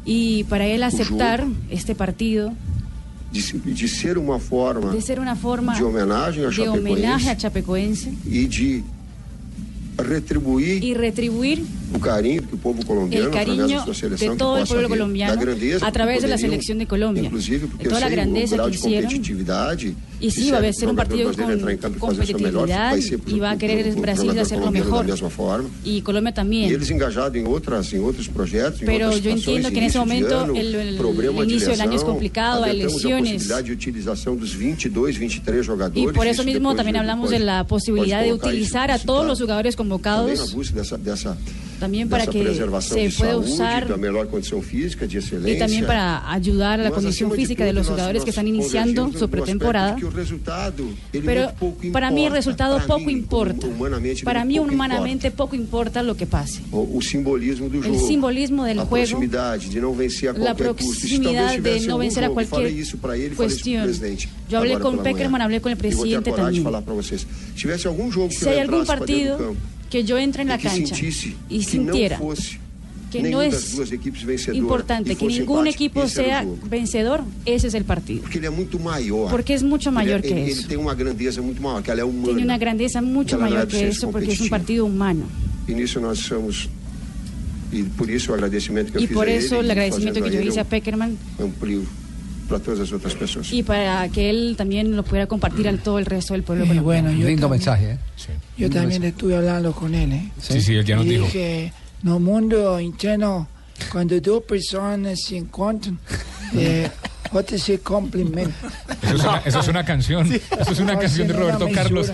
Y para él aceptar este partido
de, se- de ser uma forma
de ser una forma
de homenaje a
de
Chapecoense.
homenaje a Chapecoense
e de retribuir
y retribuir
o carinho que o povo
el
colombiano, através da
cariño
sua
de
seleção, que
todo el
possa
pueblo
ver, da
colombiano
grandeza
a
que
través de la
poderiam,
selección de Colombia.
Inclusive, porque
de toda
eu
la
sei o
grandeza
grau
que
de
hicieron.
competitividade.
Y sí, va a ser un partido con competitividad y va a querer Brasil hacerlo mejor.
Da mesma forma.
Y Colombia
E
también.
eles engajados em, outras, em outros projetos, em
Pero
outras
yo
situações,
entiendo que en ese
início de
momento
ano,
el, el-
problema
el
de
inicio del año es
lesão,
complicado, hay
alertamos da
lesiones.
possibilidade de utilização dos 22, 23 jogadores.
Y por eso
isso
mismo
depois
también
de-
hablamos
depois-
de la posibilidad de
pode colocar
utilizar a todos los jugadores
Também na
convocados
busca dessa, dessa,
también para
dessa
que
preservação
se
de
pueda
saúde, da
usar
melhor condição física, de excelência.
y también para ayudar a la
Mas,
condición
acima de
física
tudo,
de los
nós-
jugadores que
nós
están iniciando
convergimos
su
no aspecto de
pretemporada.
que o resultado, ele
Pero
muito pouco
para mí el
importa.
resultado
Para
poco
mim,
importa.
Humanamente,
Para mí
muito pouco
humanamente poco importa lo que pase.
importa. O, o simbolismo do
El
jogo.
simbolismo del
a
juego,
proximidade de não vencer a
la
qualquer custo. E Se
proximidad
talvez
de
tivesse
no
algum
vencer a
jogo, eu
cualquier
falei isso para ele, falei isso
cuestión.
pro presidente.
Yo hablé
agora
con
pela manhã.
Peckerman, hablé con el
Eu vou ter a
presidente
coragem de
también.
falar para vocês. Se tivesse algum jogo que
Si
eu
hay algún
entrasse pra dentro do
partido
campo, e
que yo entre en la
que
cancha
sentisse
y
que não
sintiera
fosse
que
nenhuma
no
das
es
duas equipes vencedora
importante
e
que
fosse
ningún
empate,
equipo
esse era o
sea
jogo.
vencedor, ese es el partido.
Porque ele é muito maior.
Porque es mucho
Ele é-
mayor
ele,
que
ele
eso.
tem uma grandeza muito maior, que ela é humana.
Tiene una grandeza mucho
Ela não é
mayor
do
que
senso
eso porque es un partido
competitivo.
humano.
E nisso nós somos. E por isso o agradecimento que eu
Y
fiz
por
a
eso
ele,
el agradecimiento
fazendo
que yo
a ele, é um,
hice a
eu
Peckerman
amplio para todas as outras pessoas.
y para que él también lo pudiera compartir al todo el resto del pueblo
Eh,
colombiano.
bueno, yo Lindo mensaje, ¿eh?
Yo
Lindo
también estuve hablando con él, ¿eh?
Sí, sí, él ya nos
y
dijo.
Dije, no mundo interno, cuando dos personas se encuentran, eh, otros se complementan.
Eso es una, eso es una canción. Eso es una
No
canción de
se nega
Roberto
mesura.
Carlos.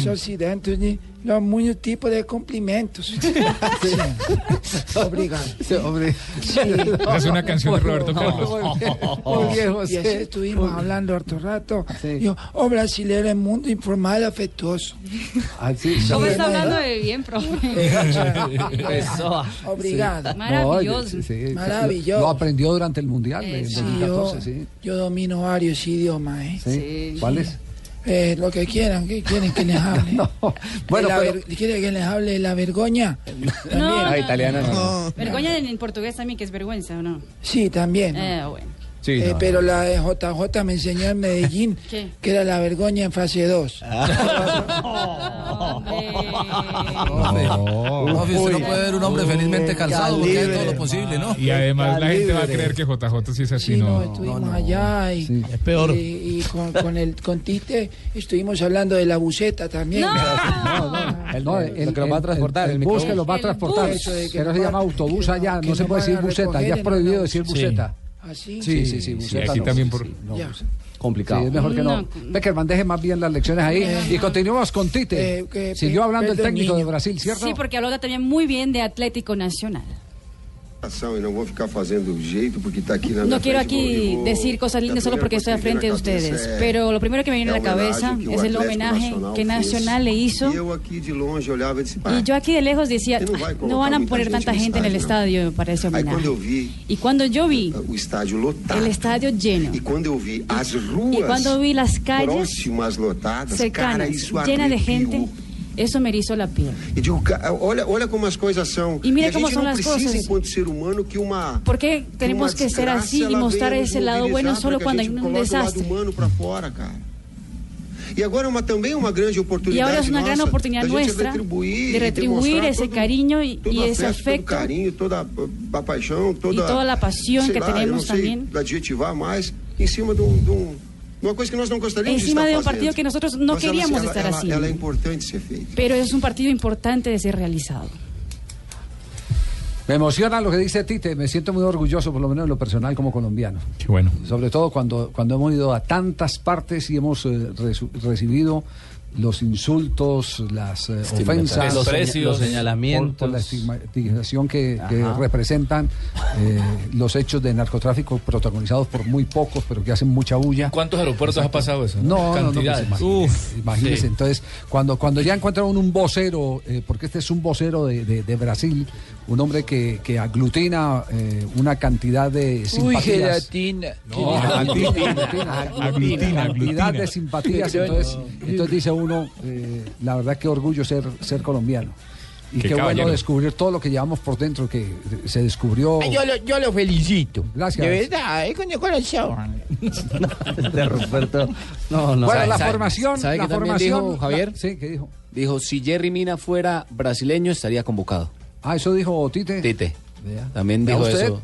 Os ocidentes de los muchos tipos de cumprimentos. Sí. Obrigado. Sí.
Esa es una canción de Roberto Carlos.
Muy bien,
Y así
José.
estuvimos hablando harto rato. Yo, oh brasilero, el mundo informal afectuoso.
Así,
¿Cómo
Ah,
Pues
sí.
está hablando
de bien, profe?
Eso.
Obrigado.
Sí. No, sí, sí.
Maravilloso.
Lo aprendió durante el Mundial
Eh,
del
sí,
2014, sí.
Yo domino varios idiomas, ¿eh?
Sí. ¿Cuáles?
Eh, lo que quieran, que quieren que les hable.
Bueno,
La
pero-
ver- ¿Quieren que les hable de la vergoña? También.
no,
italiana no.
No.
Vergüenza en, en portugués también, que es vergüenza, ¿o no?
Sí, también.
Eh, bueno.
Sí,
Eh,
no,
pero la de JJ me enseñó en Medellín
¿Qué?
que era la vergoña en fase 2.
Oh.
No, usted no puede ver un hombre felizmente calzado porque
calibre.
es todo lo posible, ¿no?
Y además la gente va a
Calibre.
creer que JJ sí es así,
No,
¿no?
estuvimos allá y,
peor.
y- y con, con el con Tite estuvimos hablando de la buceta también.
El, no, el,
Lo que lo va a
el-
transportar,
el
el
bus
microbús.
que lo va a
El
transportar.
bus. Eso de que
Pero
lo
se llama
van-
autobús allá,
que
no se
lo
puede
van a
decir buseta,
recoger
ya es
en
prohibido
una-
decir
Sí.
buseta.
Así.
¿Ah, Sí, sí, sí,
Sí,
buseta.
aquí
no.
también por...
Ya.
Sí, es mejor que no. Eh, Beckerman, deje más bien las lecciones ahí. Y continuamos con Tite.
Eh, que-
Siguió hablando el
perdón,
técnico de
niño.
Brasil, ¿cierto?
Sí, porque habló también muy bien de Atlético Nacional.
Ação, e não vou ficar fazendo jeito porque está aqui na minha
No quiero
frente,
aquí
vou- eu vou-
decir cosas lindas solo porque estoy al frente de ustedes, pero lo primero que me viene a la cabeza es el homenaje que Nacional le hizo.
E eu aqui de longe olhaba e disse, "Pá,
Y yo aquí de lejos decía, "Ah, no van a
mucha
poner
gente
tanta
en el
gente en el estadio para ese
Aí quando
homenaje.
eu vi
Y cuando yo vi
o estádio lotado,
el estadio lleno
e quando eu vi as ruas
y cuando vi las calles
próximas lotadas, cara,
cercanas
isso
llenas de
arrepiou.
gente, eso me erizó la piel.
E digo, "Ca- olha, olha como as coisas são.
E mira
a
como
gente
são
não
as
precisa,
coisas.
enquanto ser humano, que uma...
¿Por qué tenemos que ser así y mostrar ese lado bueno solo cuando hay un desastre?
humano para fora, cara. E agora é uma, também uma grande oportunidade
Y ahora es una gran
nossa,
oportunidad
da gente
nuestra
retribuir,
de retribuir
demonstrar
ese
todo-
cariño y,
todo
y ese
afeto, todo
afecto
carinho, toda uh, a- a paixão, toda
y toda la pasión
sei
que
lá, eu não
tenemos
sei
también
adjetivar mais em cima de, um, de um- de uma coisa que nós não gostaríamos
encima
de
de
estar
un partido
fazendo.
que nosotros no
Mas ela-
queríamos
ela-
estar
ela-
así.
Ela é importante ser feita.
Pero es un partido importante de ser realizado.
Me emociona lo que dice Tite, me siento muy orgulloso, por lo menos en lo personal como colombiano.
Qué bueno.
Sobre todo cuando, cuando hemos ido a tantas partes y hemos eh, resu- recibido los insultos, las eh, ofensas,
Los precios.
seña-
señalamientos.
por, por la estigmatización que, que
Ajá.
representan eh, los hechos de narcotráfico protagonizados por muy pocos, pero que hacen mucha bulla.
¿Cuántos aeropuertos ha pasado eso?
No, no, no, pues,
Cantidades. Uh,
imagínese,
Uf,
imagínese.
sí.
Entonces, cuando, cuando ya encuentran un, un vocero, eh, porque este es un vocero de, de- de Brasil, un hombre que, que aglutina eh, una cantidad de simpatías. No, aglutina, aglutina, cantidad de simpatías.
Perdón.
Entonces, entonces dice uno, eh, la verdad que orgullo ser, ser colombiano. Y
Qué
qué, bueno
caballero.
descubrir todo lo que llevamos por dentro, que eh, se descubrió.
Ay, Yo lo, yo lo felicito.
Gracias.
De verdad, es con el corazón.
de Ruperto.
No,
no.
Bueno,
¿Sabe-
la
sabe-
formación.
sabe
la
que también
formación
dijo Javier?
Sí, ¿qué dijo?
Dijo, si Jerry Mina fuera brasileño, estaría convocado.
Ah, eso dijo Tite.
Tite. También
Vea
dijo
usted.
eso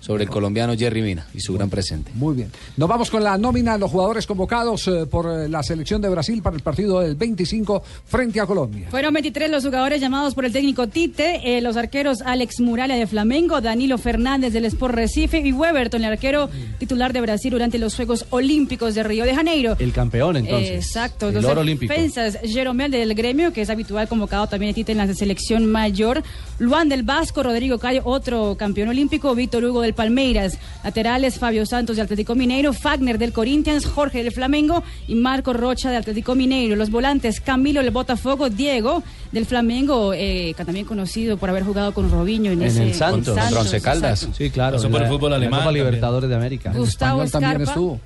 sobre el colombiano Jerry Mina y su gran presente.
Muy bien. Nos vamos con la nómina de los jugadores convocados eh, por eh, la selección de Brasil para el partido del 25 frente a Colombia.
Fueron 23 los jugadores llamados por el técnico Tite, eh, los arqueros Alex Muralla de Flamengo, Danilo Fernández del Sport Recife y Weberton, el arquero titular de Brasil durante los Juegos Olímpicos de Río de Janeiro.
El campeón, entonces.
Exacto,
El
los
oro olímpico.
defensas, Jeromel del gremio, que es habitual convocado también de Tite en la selección mayor, Luan del Vasco, Rodrigo Cayo, otro campeón olímpico, Víctor Hugo del Palmeiras, laterales Fabio Santos del Atlético Mineiro, Fagner del Corinthians, Jorge del Flamengo y Marco Rocha del Atlético Mineiro, los volantes Camilo del Botafogo, Diego del Flamengo, eh, que también conocido por haber jugado con Robinho en,
En
ese-
el Santos.
Santos,
Contra Once Caldas.
exacto.
Sí, claro.
Pasó por el
La-
fútbol
la
alemán
Copa
también.
Libertadores de América.
Gustavo Escarpa.
estuvo.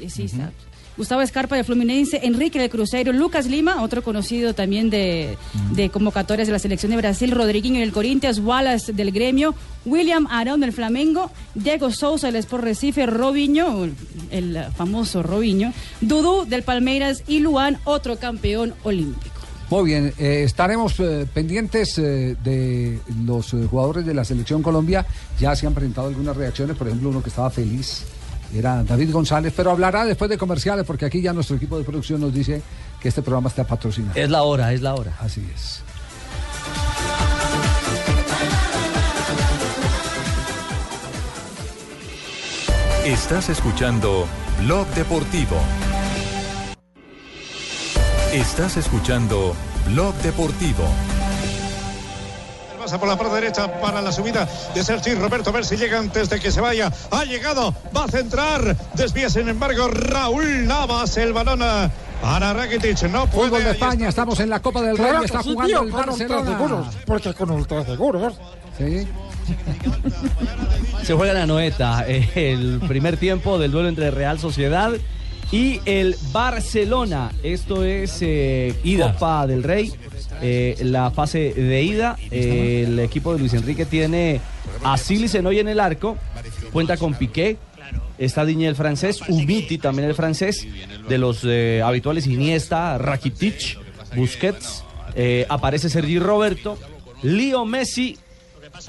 Eh, sí, está. Gustavo Escarpa de Fluminense, Enrique de Cruzeiro, Lucas Lima, otro conocido también de, de convocatorias de la selección de Brasil, Rodriguinho del Corinthians, Wallace del Gremio, William Arón del Flamengo, Diego Sousa del Sport Recife, Robinho, el eh, famoso Robinho, Dudú del Palmeiras y Luan, otro campeón olímpico.
Muy bien, eh, estaremos eh, pendientes eh, de los eh, jugadores de la selección Colombia. Ya se han presentado algunas reacciones, por ejemplo, uno que estaba feliz era David González, pero hablará después de comerciales porque aquí ya nuestro equipo de producción nos dice que este programa está patrocinado.
Es la hora, es la hora.
Así es.
Estás escuchando Blog Deportivo. Estás escuchando Blog Deportivo.
Pasa por la parte derecha para la subida de Sergi Roberto. A ver si llega antes de que se vaya. Ha llegado, va a centrar. Desvía, sin embargo, Raúl Navas el balón ah, para Rakitic. No puede.
Fútbol de
ahí
España, estamos en la Copa del Rey,
Claro
está
que sí,
jugando
tío,
el
con
Barcelona.
ultraseguros,
Porque con ultraseguros. Sí.
Se juega la noeta, eh, el primer tiempo del duelo entre Real Sociedad y el Barcelona. Esto es eh, Copa del Rey, eh, la fase de ida. Eh, el equipo de Luis Enrique tiene a Cili Senoy en el arco, cuenta con Piqué, está Diñe el francés, Umiti también el francés, de los eh, habituales Iniesta, Rakitic, Busquets, eh, aparece Sergi Roberto, Leo Messi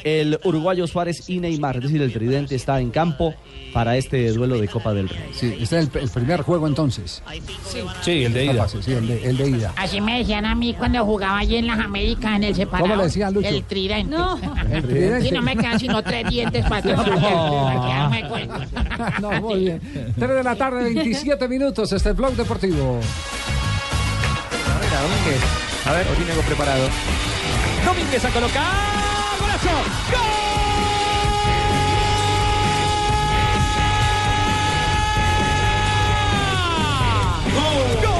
el uruguayo Suárez y Neymar, es decir, el tridente está en campo para este duelo de Copa del Rey.
Sí, este es el, el primer juego entonces.
Sí, el de
Esta
ida.
fase, sí, el de, el de ida.
Así me decían a mí cuando jugaba allí en las Américas, en el separado.
¿Cómo le decían, Lucho?
El tridente.
No.
El tridente. Oh.
Y no me quedan sino tres dientes para que- para quedarme con-
No, muy bien. 3 de la tarde, 27 minutos, este blog deportivo.
Domínguez. A ver, Otinego preparado. Domínguez a colocar. ¡Golazo! ¡Gol! ¡Gol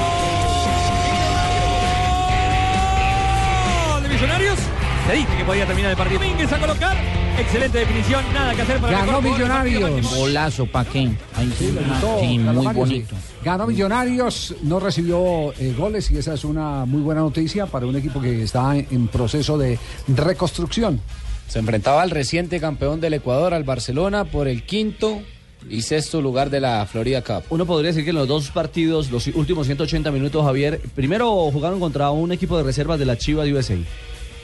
Oh, de Millonarios! Se dice que podía terminar el partido. Domínguez a colocar. Excelente definición. Nada que hacer para
Ganó
mejor.
Millonarios.
Golazo, ¿pa' qué? Ay, sí,
Le gustó,
Ah, sí,
ganó
muy
varios, sí.
bonito.
Ganó Millonarios, no recibió eh, goles y esa es una muy buena noticia para un equipo que está en, en proceso de reconstrucción.
Se enfrentaba al reciente campeón del Ecuador, al Barcelona, por el quinto y sexto lugar de la Florida Cup.
Uno podría decir que en los dos partidos, los últimos 180 minutos, Javier, primero jugaron contra un equipo de reservas de la Chiva de USA.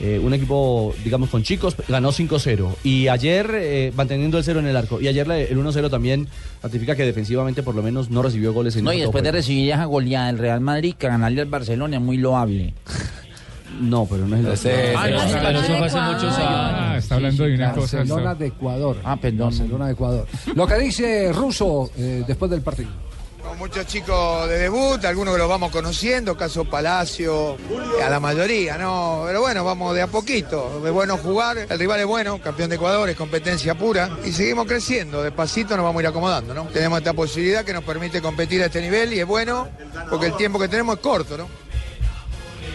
eh, un equipo, digamos, con chicos, ganó 5-0. Y ayer, eh, manteniendo el 0 en el arco. Y ayer la- el 1-0 también ratifica que defensivamente, por lo menos, no recibió goles en
No,
el
y después de recibir esa goleada del Real Madrid, que ganarle al Barcelona es muy loable.
No, pero no es el
Ah, pero eso fue hace muchos
Ah,
años.
está hablando de una cosa.
Barcelona de Ecuador. Ah, perdón. Barcelona de Ecuador. Lo que dice Russo eh, después del partido.
Con muchos chicos de debut, algunos que los vamos conociendo, caso Palacio, eh, a la mayoría, ¿no? Pero bueno, vamos de a poquito. Es bueno jugar, el rival es bueno, campeón de Ecuador, es competencia pura. Y seguimos creciendo, despacito nos vamos a ir acomodando, ¿no? Tenemos esta posibilidad que nos permite competir a este nivel y es bueno porque el tiempo que tenemos es corto, ¿no?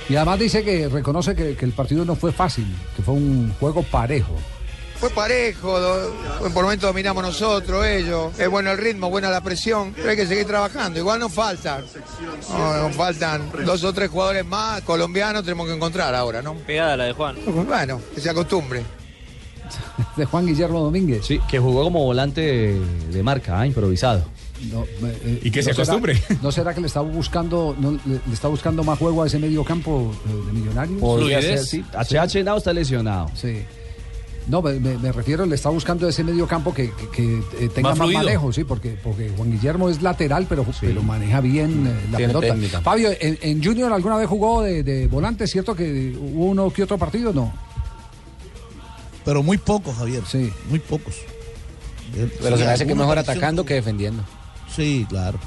Y además dice que reconoce que, que el partido no fue fácil, que fue un juego parejo.
Fue parejo, do- por momentos dominamos nosotros, ellos. Es bueno el ritmo, buena la presión, pero hay que seguir trabajando. Igual nos faltan, no, nos faltan dos o tres jugadores más colombianos tenemos que encontrar ahora, ¿no?
Pegada la de Juan.
Bueno, que se acostumbre.
De Juan Guillermo Domínguez.
Sí, que jugó como volante de marca, ah, improvisado.
No, eh,
Y que se
¿no será-
acostumbre.
¿No será que le está buscando, no, le, le está buscando más juego a ese medio campo eh, de Millonarios?
Podría ser, sí. HH Henao está lesionado.
Sí. No, me, me- me refiero, le está buscando ese medio campo que, que- que, eh, tenga
Más
más,
fluido.
manejo, sí, porque, porque Juan Guillermo es lateral, pero, pero maneja bien eh, la
Tiene
pelota.
técnica.
Fabio, en, en Junior alguna vez jugó de, de volante, ¿cierto? Que hubo uno que otro partido, ¿no?
Pero muy pocos, Javier. Sí. Muy pocos.
Pero se me hace que
alguna
mejor
aparición
atacando que defendiendo.
Sí, claro.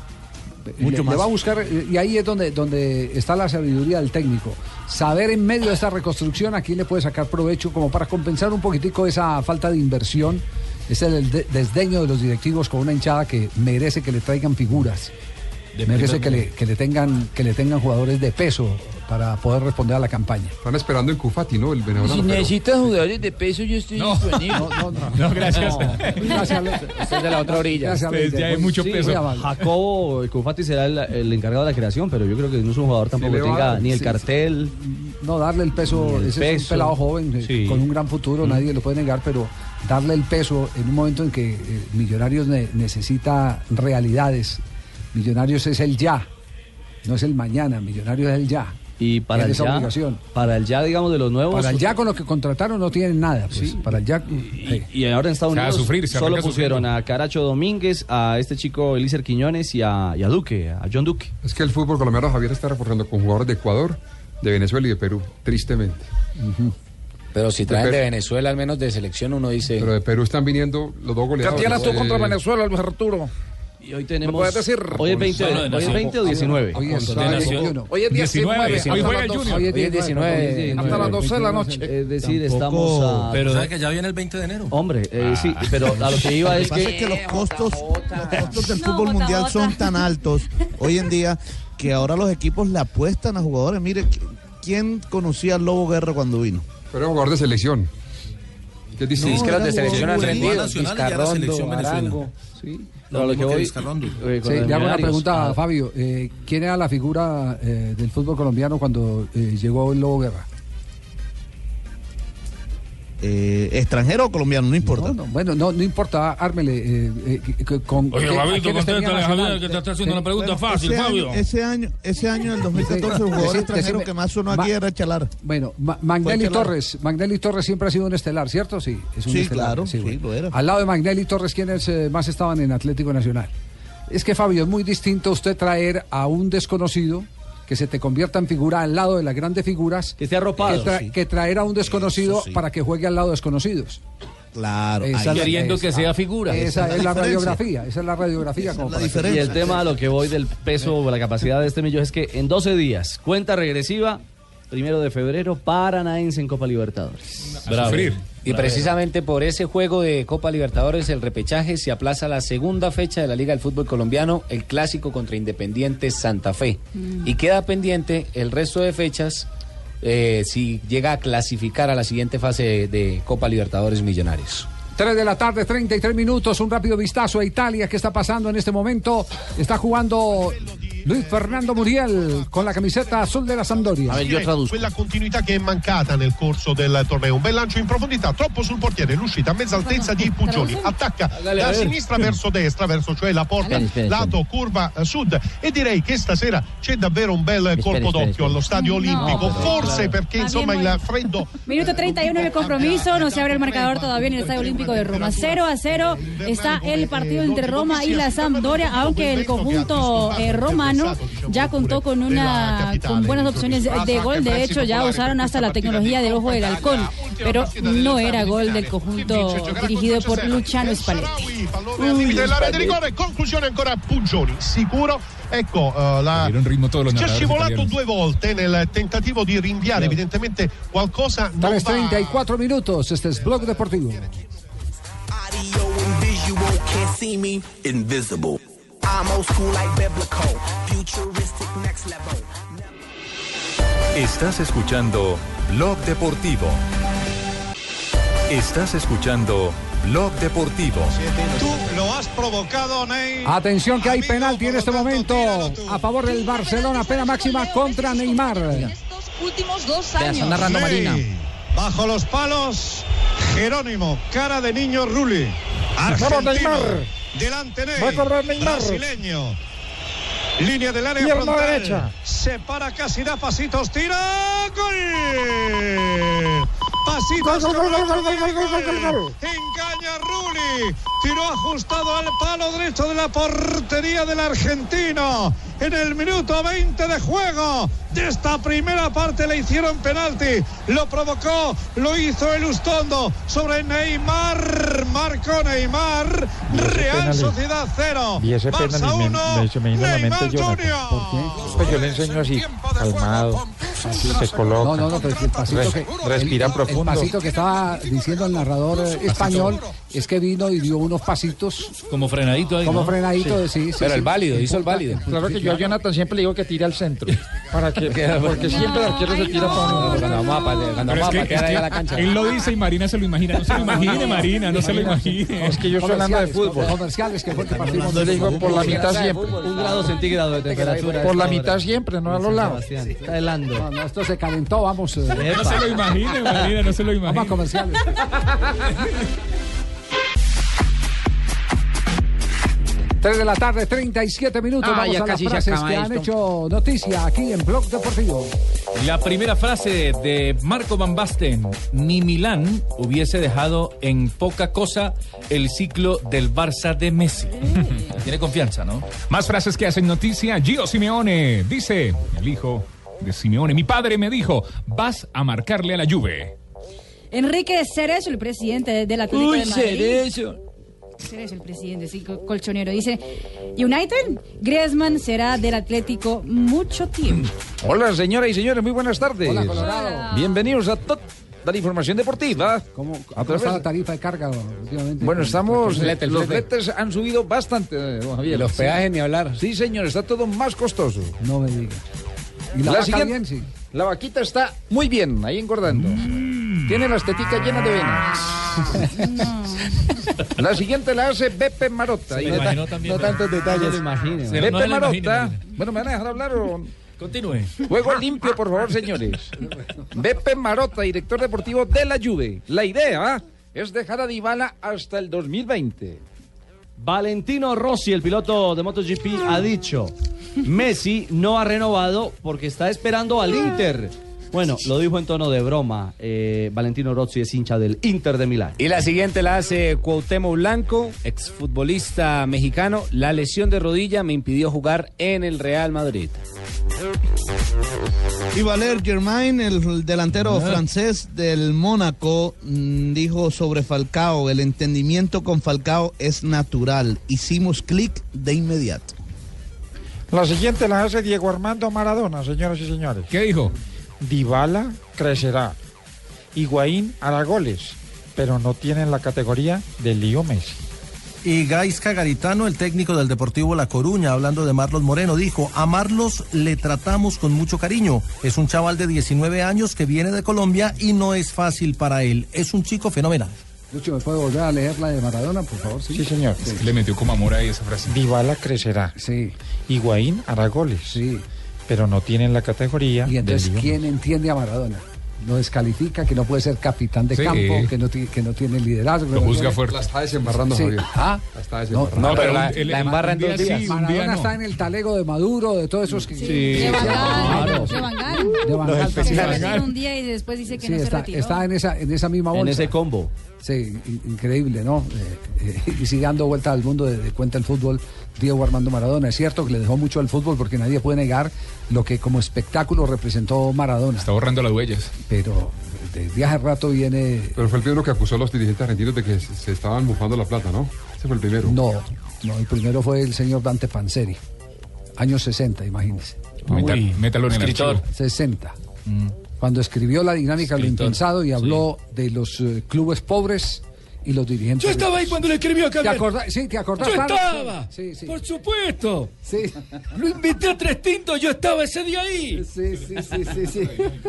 le, le va a buscar, eh, y ahí es donde, donde está la sabiduría del técnico. Saber en medio de esta reconstrucción a quién le puede sacar provecho como para compensar un poquitico esa falta de inversión, ese del- de- desdeño de los directivos con una hinchada que merece que le traigan figuras,
De
merece
primer
que le,
nivel.
que, le tengan, que le tengan jugadores de peso para poder responder a la campaña.
Están esperando en Cufati, ¿no? El venezolano.
Si
necesitas
jugadores de peso, yo estoy
disponible.
No,
no, no.
No, gracias.
Gracias, Lester.
Usted es de la otra orilla.
Gracias, Lester. Muy- sí, muy amable.
Jacobo Cufati será el, el encargado de la creación, pero yo creo que no es un jugador tampoco
le
que
va a
tenga
dar,
ni el
sí,
cartel.
No, darle el peso,
El
ese es un
peso.
pelado joven eh,
Sí. Mm.
con un gran futuro, nadie lo puede negar, pero darle el peso en un momento en que eh, Millonarios ne- necesita realidades. Millonarios es el ya, no es el mañana, Millonarios es el ya.
Y para
Tiene
el
esa
ya,
obligación.
para el ya, digamos, de los nuevos.
Para el ya con lo que contrataron no tienen nada, pues, para el ya...
Y, eh, y ahora en Estados
Se va a
Unidos
sufrir, se
solo
arranca
pusieron a Caracho Domínguez, a este chico Elícer Quiñones y a, y a Duque, a John Duque.
Es que el fútbol colombiano Javier está reforzando con jugadores de Ecuador, de Venezuela y de Perú, tristemente.
Pero si traen
Pero-
de Venezuela, al menos de selección, uno dice.
Pero de Perú están viniendo los dos
¿Qué
goleadores.
tienes tú contra
Venezuela,
Luis Arturo?
Y hoy tenemos.
¿Me puedes decir?
Hoy es 20,
Gonzalo
hoy
de
es
Nación.
20 o 19.
Hoy es Gonzalo de Nación. 21. Hoy es 19, hoy juega el Junior. Hoy es 19. Hasta las 12 de la noche.
Es decir,
Tampoco-
Oh,
estamos a.
¿Sabe que ya viene el 20 de enero?
Hombre, eh, sí,
Ah.
pero a lo que iba es
pasa
que.
los costos, los costos del fútbol mundial
bota.
son tan altos hoy en día que ahora los equipos le apuestan a jugadores. Mire, ¿quién conocía al Lobo Guerra cuando vino?
Pero es jugador de selección. ¿Qué dice?
No, Sí, es que los de era selección jugador han juvenil, rendido.
nacional
nacional y ya era selección venezolana.
Sí,
Lo
a
mismo
lo que
que
voy.
Vizcarrondo.
eh,
Sí,
con los
Sí, le hago una
millonarios.
pregunta
Ah,
a Fabio. eh, ¿Quién era la figura eh, del fútbol colombiano cuando eh, llegó el Lobo Guerra?
Eh, ¿Extranjero o colombiano? No importa.
No, no, bueno, no, no importa, ármele. eh, eh, que- que- con,
Oye,
¿qué- a
Fabito,
quiénes tenía
contéstale,
Nacional?
Javier, que te está haciendo
Sí.
una pregunta
Bueno,
fácil,
ese
Fabio.
año-
Ese año, ese año del 2014, el jugador
Decime-
extranjero
decime-
que más sonó
Ma-
aquí era Chalar.
Bueno, Ma-
Fue
Magnelli
estelar.
Torres. Magnelli Torres siempre ha sido un estelar, ¿cierto? Sí, es un
Sí,
estelar,
claro, sí,
bueno.
lo era.
Al lado de Magnelli Torres, ¿quiénes eh, más estaban en Atlético Nacional? Es que, Fabio, es muy distinto usted traer a un desconocido que se te convierta en figura al lado de las grandes figuras. Que
esté arropado.
Que, tra-
Sí.
que traer a un desconocido para que juegue al lado de desconocidos.
Claro.
Esa
ahí-
es la-
Queriendo que
esa-
sea figura.
Esa, es la,
diferencia.
radiografía, esa es la radiografía. como para que-
Y el tema a lo que voy del peso o la capacidad de este millón es que en 12 días, cuenta regresiva, primero de febrero, Paranaense en Copa Libertadores.
Y precisamente por ese juego de Copa Libertadores, el repechaje se aplaza la segunda fecha de la Liga del Fútbol Colombiano, el clásico contra Independiente Santa Fe.
Mm.
Y queda pendiente el resto de fechas eh, si llega a clasificar a la siguiente fase de, de Copa Libertadores Millonarios.
3 de la tarde, 33 minutos, un rápido vistazo a Italia, ¿qué está pasando en este momento? Está jugando Luis Fernando Muriel con la camiseta azul de la Sampdoria.
Quella continuità che è mancata nel corso del torneo. Un bel lancio in profondità, troppo sul portiere. L'uscita a mezz'altezza di Puggioni. Attacca
a
da
vedere.
sinistra verso destra, verso cioè la porta,
Aspetta, aspetta,
lato curva eh, sud. E direi che stasera c'è davvero un bel colpo
aspetta,
d'occhio allo stadio olimpico.
No,
Forse perché
Ma
insomma
abbiamo-
il freddo
Minuto 31 del compromiso, no se abre el marcador todavía en el Estadio Olímpico de Roma. 0 a 0 está el partido entre Roma y la Sampdoria, aunque el conjunto eh, romano ya contó con una con buenas opciones de gol. De hecho, ya usaron hasta la tecnología del ojo del halcón, pero no era gol del conjunto dirigido por Luciano Spalletti.
al limite dell'area di rigore. Conclusione ancora Puggioni, sicuro. Ecco, eh, la... ci è
narratori
scivolato
italiani.
due volte nel tentativo di rinviare, evidentemente qualcosa non va.
34 minutos, este es Blog Deportivo.
visual, can't see me, invisible. I'm old school like biblical, futuristic next level.
Estás escuchando Blog Deportivo. Estás escuchando Blog Deportivo.
Lo has provocado, Ney.
Atención que hay penalti en este momento a favor del Barcelona, pena máxima contra Neymar.
últimos dos
Vea, está
años.
narrando Marina.
Bajo los palos, Jerónimo, cara de niño Rulli.
Vamos,
Argentino.
Neymar.
Delante Ney.
Va a correr Neymar.
Brasileño. Línea del área
Pierna
frontal.
derecha.
Se para casi da pasitos. Tira. Gol. Pasitos.
Gol, gol,
con
gol,
otro
gol, gol,
gol.
gol, gol, gol, gol.
Engaña Rulli. Tiró ajustado al palo derecho de la portería del argentino. En el minuto 20 de juego de esta primera parte le hicieron penalti. Lo provocó, lo hizo el Ustondo sobre Neymar. Marcó Neymar. Real
penales.
Sociedad 0.
Y ese penal me, me, se me vino a la mente Jonathan. Pues yo le enseño así, calmado, así se coloca.
No, no, no, pero es que el pasito
Res-
que,
respira
el-
profundo.
El pasito que estaba diciendo el narrador eh, español es que vino y dio unos pasitos.
Como frenadito ahí.
Como
¿no?
frenadito, sí, sí.
Pero el válido, hizo el válido.
Claro que yo a Jonathan siempre le digo que tire al centro. Para que, porque siempre el arquero se tira para uno. Cuando vamos a patear, cuando
Pero es
vamos a
que, es
patear ahí a la cancha.
que él lo dice y Marina se lo imagina. No se lo imagine, Marina, no se lo imagine.
Es que yo estoy hablando de fútbol.
eh, Comerciales que fue que partimos.
Yo le digo por la mitad siempre.
Un grado centígrado de temperatura.
Por la mitad siempre, no a los lados.
Sebastián, está helando.
No, no, esto se calentó, vamos. eh.
No se lo imagine, Marina, no se lo imagine.
Vamos a comerciales.
Ah,
Tres de la tarde, 37 minutos.
Ah,
Vamos
ya
a
casi se
las frases
acaba
que han
esto.
hecho noticia aquí en Blog Deportivo.
La primera frase de Marco Van Basten, ni Milán hubiese dejado en poca cosa el ciclo del Barça de Messi. Tiene confianza, ¿no?
Mm. Más frases que hacen noticia. Gio Simeone dice, el hijo de Simeone, mi padre me dijo, vas a marcarle a la Juve.
Enrique Cerezo, el presidente de la Atlético de Madrid. Cerezo, el presidente, sí, co- colchonero. Dice, United, Griezmann será del Atlético mucho tiempo.
Hola, señoras y señores, muy buenas tardes.
Hola, Colorado.
Bienvenidos a toda la información deportiva.
¿Cómo,
A
¿Cómo
través-
está la tarifa de carga últimamente?
Bueno, estamos.
El flete, el
los
flete.
fletes han subido bastante, eh, don Javier.
Los peajes,
ni hablar. Sí, señor, está todo más costoso.
No me diga. Y la,
La
vaca
siguiente-
bien, sí.
La vaquita está muy bien, ahí engordando.
Mm.
Tiene las teticas llenas de venas. la siguiente la hace Beppe Marotta.
Se
Y
me
ta-
imaginó también, ¿no? No lo imagino. Se- no
Beppe
lo imagino,
Marotta.
Marina.
bueno, ¿me van a dejar hablar o...?
Continúe.
Juego limpio, por favor, señores. Beppe Marotta, director deportivo de la Juve. La idea es dejar a Dybala hasta el 2020.
Valentino Rossi, el piloto de MotoGP, ha dicho, Messi no ha renovado porque está esperando al Inter. Bueno, lo dijo en tono de broma. eh, Valentino Rossi es hincha del Inter de Milán.
Y la siguiente la hace Cuauhtémoc Blanco, exfutbolista mexicano. La lesión de rodilla me impidió jugar en el Real Madrid.
Y Valer Germain, el delantero francés del Mónaco, mm, dijo sobre Falcao, el entendimiento con Falcao es natural. Hicimos clic de inmediato.
La
siguiente la hace Diego Armando Maradona, señoras y señores.
¿Qué dijo?
Dybala crecerá. Higuaín hará goles, pero no tienen la categoría de Lío Messi.
Y Gaisca Garitano, el técnico del Deportivo La Coruña, hablando de Marlos Moreno, dijo, a Marlos le tratamos con mucho cariño. Es un chaval de 19 años que viene de Colombia y no es fácil para él. Es un chico fenomenal.
Lucho, ¿me puede volver a leer la de Maradona, por favor? Sí,
señor.
Le metió como amor ahí esa frase.
Dybala crecerá.
Sí.
Higuaín hará goles.
Sí.
Pero no tienen la categoría
Y entonces,
de Lío
¿quién entiende a Maradona? Lo descalifica, que no puede ser capitán de
Sí.
campo, que no, ti- que no tiene liderazgo. que no tiene-
La está desembarrando,
Sí.
Javier.
Ah,
La está
no,
desembarrando.
no,
pero la- la embarra en dos días.
Sí,
un
Maradona
día no.
está en el talego de Maduro, de todos esos que... Sí,
De Van Gaal,
claro.
de Van Gaal.
De Van
Lo
Gaal
del
también.
Festival. Un día y después dice que
Sí,
no se
está,
retiró.
está en, esa, en esa misma bolsa.
En ese combo.
Sí, in- increíble, ¿no? Eh, eh, y sigue dando vuelta al mundo de, de cuenta el fútbol Diego Armando Maradona. Es cierto que le dejó mucho al fútbol porque nadie puede negar lo que como espectáculo representó Maradona.
Está borrando las huellas.
Pero desde hace rato viene...
Pero fue el primero que acusó a los dirigentes argentinos de que se se estaban mufando la plata, ¿no? Ese fue el primero.
No, no, el primero fue el señor Dante Panseri. Años 60, imagínense.
Meta- métalo en el
Escritor.
archivo.
60. Cuando escribió La dinámica de lo
Escritor,
impensado y habló de los eh, clubes pobres y los dirigentes.
Yo estaba ahí
ricos.
cuando le escribió a
¿Te
Javier.
acordás? Sí, ¿te acordás?
Yo
Carlos?
estaba.
Sí, sí.
Por supuesto.
Sí.
Lo invité a tres tintos, yo estaba ese día ahí.
Sí, sí, sí, sí,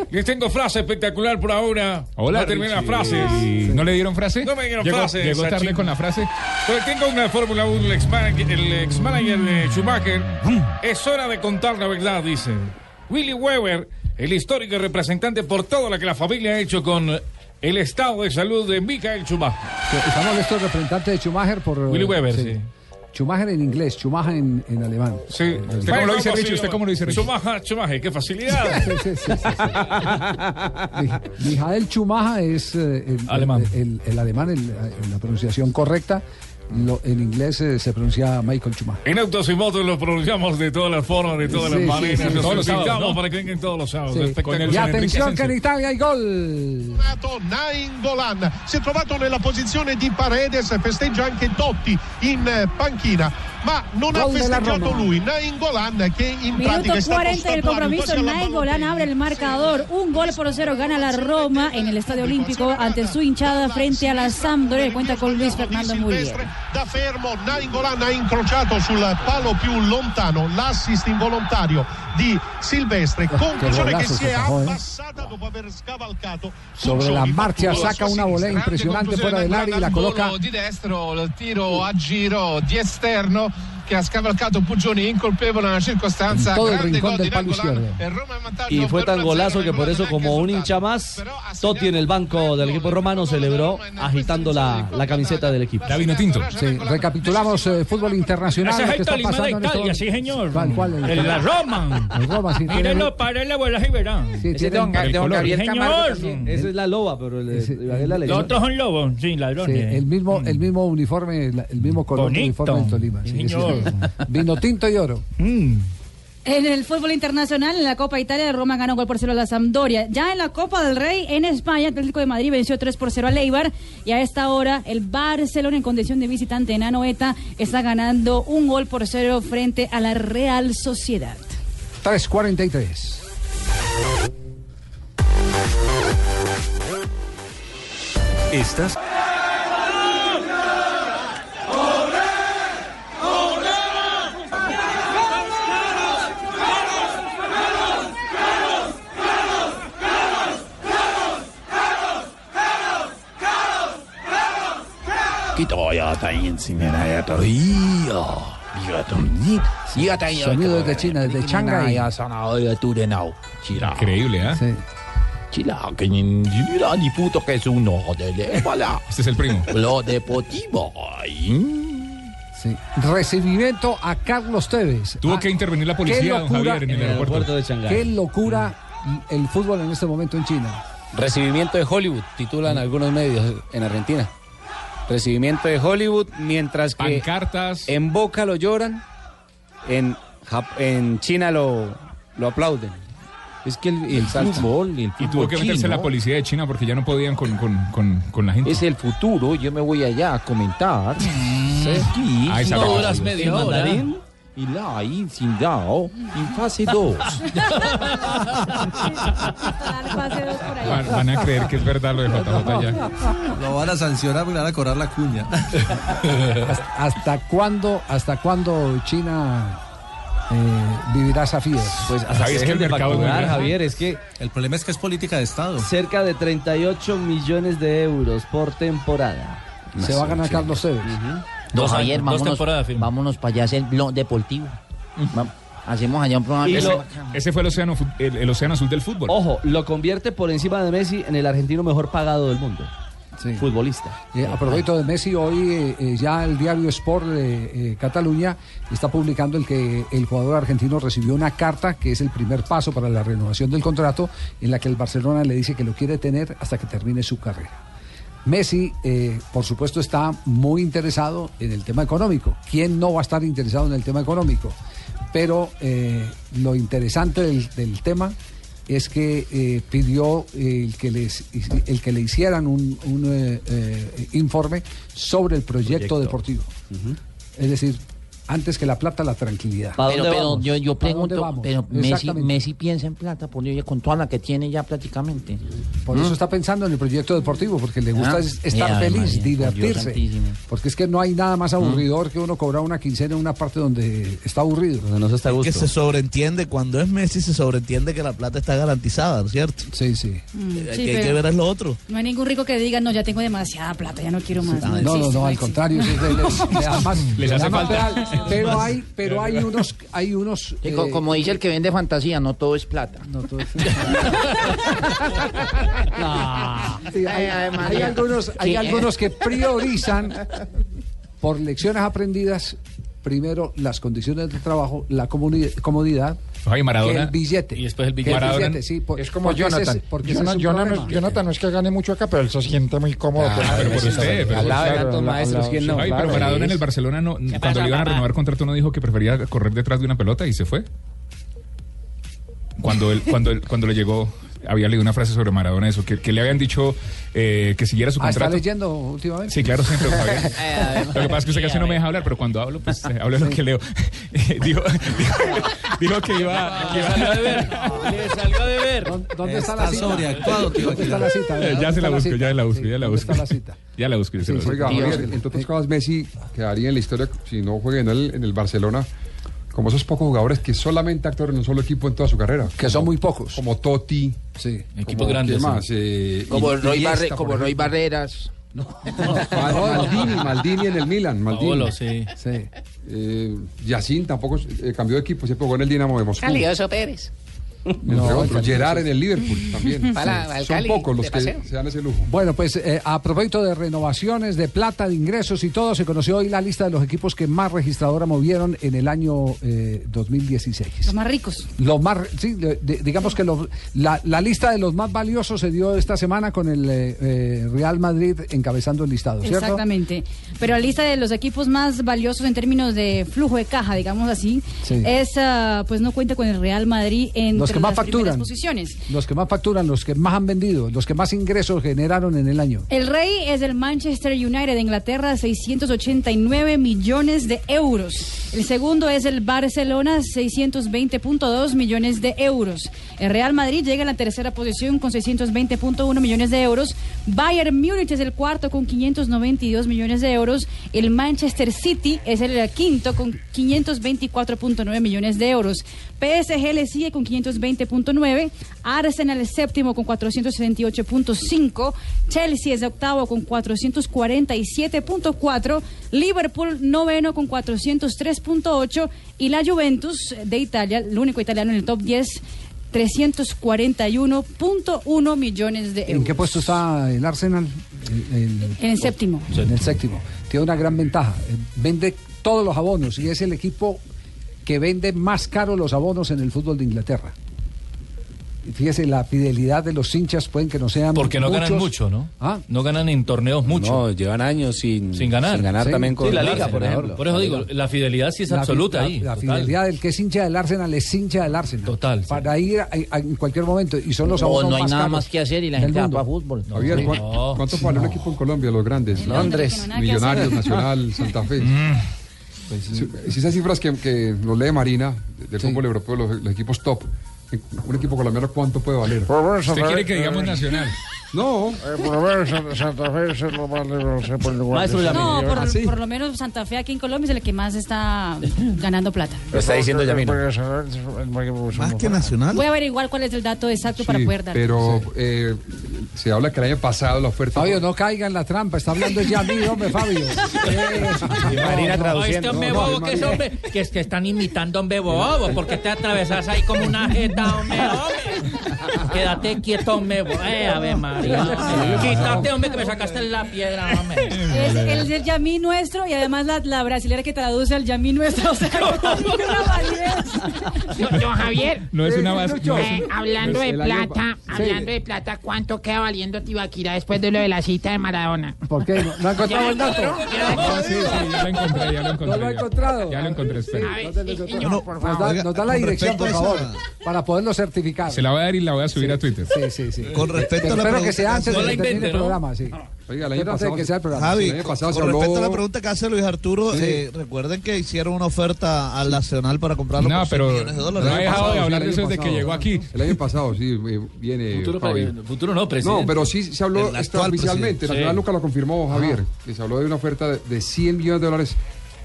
Les tengo frase espectacular por ahora.
Hola,
no terminan
Richie.
frases.
¿No le dieron frase?
No me dieron
Llegó-
frases,
Llegó tarde
Sachin.
con la frase.
Pues tengo una de Fórmula 1, el ex-manager el ex-manager de Schumacher.
Mm.
Es hora de contar la verdad, dice. Willy Weber, el histórico representante por todo lo que la familia ha hecho con el estado de salud de Michael Schumacher.
Estamos estos representantes de Schumacher por. eh,
Willy Weber, sí.
Schumacher en inglés, Schumacher en, en alemán. Eh,
Sí.
este
¿Usted cómo lo dice, Richie? ¿Usted cómo lo dice, Richie?
Chumaja, chumaje, qué facilidad.
Mijael Schumacher es eh, el alemán, el, el alemán el- eh, la pronunciación correcta. Lo- en inglés eh, se pronuncia Michael Schumacher.
En autos y motos lo pronunciamos de todas las formas, de todas
Sí,
las
sí,
maneras.
sí, sí.
Los
Todos los
invitamos
sábados, ¿no?
para que vengan todos los sábados.
Sí.
Espectacular.
E attenzione che in Italia hay gol!
Nainggolan si è trovato nella posizione di Paredes, festeggia anche Dotti in eh, panchina, ma non ha
Gol della
festeggiato
Roma.
lui, Nainggolan che in
Minuto
pratica è stato
40 del
statuario
compromiso,
quasi alla
Nainggolan abre el marcador. Un gol por cero gana la Roma en el Estadio Olímpico ante su hinchada frente a la Sampdoria. Cuenta con Luis Fernando Muriel.
da fermo Nainggolan ha incrociato sul palo più lontano l'assist involontario di Silvestre conclusione che
golazo
si è
che fa, eh.
abbassata dopo aver scavalcato
Sobre la
Cuccioli.
marcha
Tutto la
saca
sua
una volea impresionante fuera del área y la coloca.
di destro, lo tiro a giro di esterno che ha scavalcato Pugioni incolpevole nella circostanza.
En todo el
Grande
rincón
gol
del
di
palo
Nainggolan.
izquierdo.
El Roma in vantaggio
Y fue
per
tan
1-0.
golazo que por eso, como un hincha más, Totti en el banco del equipo romano celebró agitando la, la camiseta del equipo.
Sí, recapitulamos eh, fútbol internacional.
Gracias,
lo que está
Héctor,
pasando
Lima de
en
Italia,
este momento.
sí, señor.
¿Cuál, cuál?
El- la Roma.
El Roma, sí. tiene-
para la abuela y verán.
Sí, tiene-
Esa es la loba, pero el,
Ese-
Ibagué la leyó.
Los otros
son lobos, sí, Mm.
Sí, el mismo, el mismo uniforme, la- el mismo color del
Bonito.
uniforme del Tolima. sí, es
Señor. Mm.
cierto. Vino tinto y oro.
En el fútbol internacional, en la Copa Italia, Roma ganó gol por cero a la Sampdoria. Ya en la Copa del Rey, en España, Atlético de Madrid venció 3 por 0 a Leibar. Y a esta hora, el Barcelona, en condición de visitante en Anoeta, está ganando un gol por cero frente a la Real Sociedad.
3.43.
Estás
Sonido desde China, desde Shanghái.
Increíble, ¿eh?
Sí.
Este es el primo.
Lo deportivo.
Sí. Recibimiento a Carlos Tevez.
Tuvo
Ah, Eh,
que intervenir la policía, don Javier, en el aeropuerto.
Qué locura el fútbol en este momento en China.
Recibimiento de Hollywood, titulan algunos medios en Argentina. Recibimiento de Hollywood, mientras que en Boca lo lloran, en, Jap- en China lo, lo aplauden. Es que el, fútbol,
Y tuvo que meterse la policía de China porque ya no podían con, con, con, con la gente.
Es el futuro, yo me voy allá a comentar. Mm. Sí.
Ahí se acabó.
En mandarín Y la in sin dao, en fase 2.
Van, van a creer que es verdad lo de JJ ya.
Lo van a sancionar porque le van a cobrar la cuña.
¿Hasta cuándo, hasta cuándo China eh, vivirá esa fiesta?
Pues hasta que dejen de vacunar, Javier, es que...
El problema es que es política de Estado.
Cerca de 38 millones de euros por temporada.
Se va a ganar Carlos Tevez.
Don
Dos
Javier,
años, dos
vámonos,
temporadas,
vámonos para allá, hacer blog deportivo. Va- Hacemos allá un programa.
Y
que-
lo-
Ese fue el océano, fu- el, el océano azul del fútbol.
Ojo, lo convierte por encima de Messi en el argentino mejor pagado del mundo. Futbolista.
Eh, a propósito de Messi, hoy eh, eh, ya el diario Sport de eh, Cataluña está publicando el que el jugador argentino recibió una carta que es el primer paso para la renovación del contrato en la que el Barcelona le dice que lo quiere tener hasta que termine su carrera. Messi, eh, por supuesto, está muy interesado en el tema económico. ¿Quién no va a estar interesado en el tema económico? Pero eh, lo interesante del, del tema es que eh, pidió eh, el, que les, el que le hicieran un, un, eh, eh, informe sobre el proyecto,
Proyecto.
deportivo. Es decir, antes que la plata, la tranquilidad.
¿Para dónde pero yo, yo
¿Para dónde
pregunto,
vamos?
pero Messi,
Exactamente.
Messi piensa en plata, por Dios, ya con toda la que tiene ya prácticamente.
Por
¿Mm?
eso está pensando en el proyecto deportivo, porque le gusta
Ah,
es- estar
eh, Ave
feliz,
María, Dios
divertirse.
santísimo.
Porque es que no hay nada más aburridor que uno cobrar una quincena en una parte donde está aburrido. Donde no se está
Que se sobreentiende, cuando es Messi se sobreentiende que la plata está garantizada, ¿no es ¿cierto?
Sí, sí.
Mm,
que
sí,
hay que
pero-
ver es lo otro.
No hay ningún rico que diga, no, ya tengo demasiada plata, ya no quiero más.
No, no,
existe,
no, al
existe.
contrario, sí, le- le- le da más-
Les
le da
hace
más
falta.
pedal. Pero hay, pero hay unos, hay unos.
Sí, co-
eh,
como dice el que vende fantasía, no todo es plata.
No todo es sí,
Ay,
hay,
Ave María.
hay algunos, hay
Sí.
algunos que priorizan por lecciones aprendidas primero las condiciones de trabajo, la comuni- comodidad.
Ay, Maradona.
que el billete.
Y después el
Que
billete. Maradona.
billete, sí, por-
es como
porque ese
Jonathan.
es- porque ese
Jonathan,
es un
Jonathan-
problema.
Jonathan no es que gane mucho acá, pero él se siente muy cómodo.
Ah,
con la
pero por
selección.
usted, pero
Al lado de
claro,
tantos
al lado,
maestros, ¿quién no?
Ay, pero
Claro.
Maradona en el Barcelona, no, cuando
pasa,
le iban a
papá?
renovar contrato, no dijo que prefería correr detrás de una pelota y se fue. Cuando él, cuando él- cuando le llegó, había leído una frase sobre Maradona, eso, que, que le habían dicho eh, que siguiera su
Ah, está
contrato.
leyendo últimamente.
Sí, claro, siempre. Javier. Lo que pasa es que usted casi no me deja hablar, pero cuando hablo, pues eh, hablo de lo que leo. dijo, dijo que iba. que iba-
Le salgo de ver. ¿Dónde está la
Está
cita?
sobreactuado, tío,
¿Dónde
aquí.
está la cita?
Eh, ya se la busco, ya la busco, ya la busco. Ya la busco, ya se la busco.
Oiga, Javier, entre otras cosas, Messi quedaría en la historia, si no juega en el, en el Barcelona, como esos pocos jugadores que solamente actuaron en un solo equipo en toda su carrera. Que son muy pocos. Como Totti.
Sí.
Equipos grandes, sí.
Más? Eh,
Como
I-
Roy,
Iniesta,
Barre-
por
como
ejemplo.
Roy Barreras.
Mal- Maldini, Maldini en el Milan. Maldini.
Paolo,
sí. Eh, Yacine tampoco eh, cambió de equipo, siempre jugó en el Dinamo de Moscú.
Calioso Pérez.
Entre
No,
otros.
Calioso.
Gerard en el Liverpool también.
Para- para el
Son
Cali,
pocos los
de
que
paseo.
se dan ese lujo.
Bueno, pues eh, a propósito de renovaciones, de plata, de ingresos y todo, se conoció hoy la lista de los equipos que más registradora movieron en el año eh, 2016.
Los más ricos.
Los más, sí, de- de- digamos que los- la, la lista de los más valiosos se dio esta semana con el eh, eh, Real Madrid encabezando el listado, ¿cierto?
Exactamente. Pero la lista de los equipos más valiosos en términos de flujo de caja, digamos así,
Sí.
es ah, pues no cuenta con el Real Madrid en
Los que más
las
facturan.
primeras posiciones.
Los que más facturan, los que más han vendido, los que más ingresos generaron en el año.
El rey es el Manchester United de Inglaterra, 689 millones de euros. El segundo es el Barcelona, 620.2 millones de euros. El Real Madrid llega a la tercera posición con 620.1 millones de euros. Bayern Múnich es el cuarto con 592 millones de euros. El Manchester City es el quinto con 524.9 millones de euros. PSG le sigue con 520.9, Arsenal el séptimo con 478.5, Chelsea es octavo con 447.4, Liverpool noveno con 403.8 y la Juventus de Italia, el único italiano en el top 10, 341.1 millones de euros.
¿En qué puesto está el Arsenal? En-
En el séptimo.
En el séptimo. Tiene una gran ventaja. eh, Vende todos los abonos y es el equipo que vende más caro los abonos en el fútbol de Inglaterra. Y Fíjese, la fidelidad de los hinchas pueden que no sean
Porque no ganan
muchos.
mucho, ¿no? No ganan en torneos mucho.
No, llevan años sin,
sin ganar.
sin ganar Sí. también con
Sí, la
el
liga,
Arsenal,
por
por
ejemplo.
ejemplo.
Por eso digo, la fidelidad sí es
La fi-
absoluta
la-
ahí.
La
total.
fidelidad del que es hincha del Arsenal es hincha del Arsenal. Total. Para ir a- a- en cualquier momento. Y son los
O
abonos
no hay
más
nada
caros
más que hacer y la
del
gente va
mundo.
para fútbol.
Javier,
No.
¿cuán- ¿cuánto vale un equipo en Colombia, los grandes?
Londres.
Millonarios, Nacional, Santa Fe. Si- Si esas cifras que, que nos lee Marina, de- del fútbol europeo, los, los equipos top, un equipo colombiano, ¿cuánto puede valer?
¿Usted quiere que digamos nacional?
No.
No,
Ah,
por,
Ah,
por lo menos Santa Fe aquí en Colombia es el que más está ganando plata.
Lo
Pues
está diciendo Yamil.
Más que Nacional.
Voy a averiguar cuál es el dato exacto para poder dar.
pero eh, se habla que el año pasado la oferta...
Fabio, no caiga en la trampa. Está hablando ya mí, hombre, Fabio.
Marina
No, este hombre
No, no,
bobo que es hombre, que es que están imitando a hombre bobo, ¿por qué te atravesas ahí como una jeta, hombre, hombre? Quédate quieto, hombre bobo. Eh, Ave María, hombre. Quítate, hombre, que me sacaste la piedra, hombre.
Es el, el Yamí nuestro y además la, la brasilera que traduce al Yamí nuestro. O sea, una validez.
Don Javier.
No es una base. no es
eh,
una-
hablando
no es
de
el año
plata,
pa- Sí.
hablando de plata, ¿cuánto queda valiendo Tibaquirá después de lo de la cita de Maradona?
¿Por qué? ¿No, no ha encontrado el dato?
Ah, sí, sí, ya lo encontré, ya lo encontré.
No lo ha
ya.
encontrado.
Ya lo encontré, espera.
Nos da, nos da la
con
dirección,
respecto
por
a
favor,
esa-
para poderlo certificar.
Se la voy a dar y la voy a subir a Twitter.
Sí, sí, sí.
Con respecto a la
Espero que
pregunta
sea
que
antes
hace-
de
No la
que termine el
invente, ¿no?
programa, sí.
Oiga,
el año Espero antes pasado de que se- sea el programa.
Javi,
El año pasado
con
se habló-
respecto a la pregunta que hace Luis Arturo,
Sí.
eh, recuerden que hicieron una oferta al Nacional para comprarlo
No,
por 100
pero
millones de dólares.
no ha dejado de hablar de eso desde que llegó
aquí.
El año pasado, sí, eh, viene.
Futuro
Fabio.
pre- futuro no, presidente.
No, pero sí se
El
habló
actual
extra- oficialmente.
presidente.
Nacional
Sí.
nunca lo confirmó Javier, que se habló de una oferta de, de 100 millones de dólares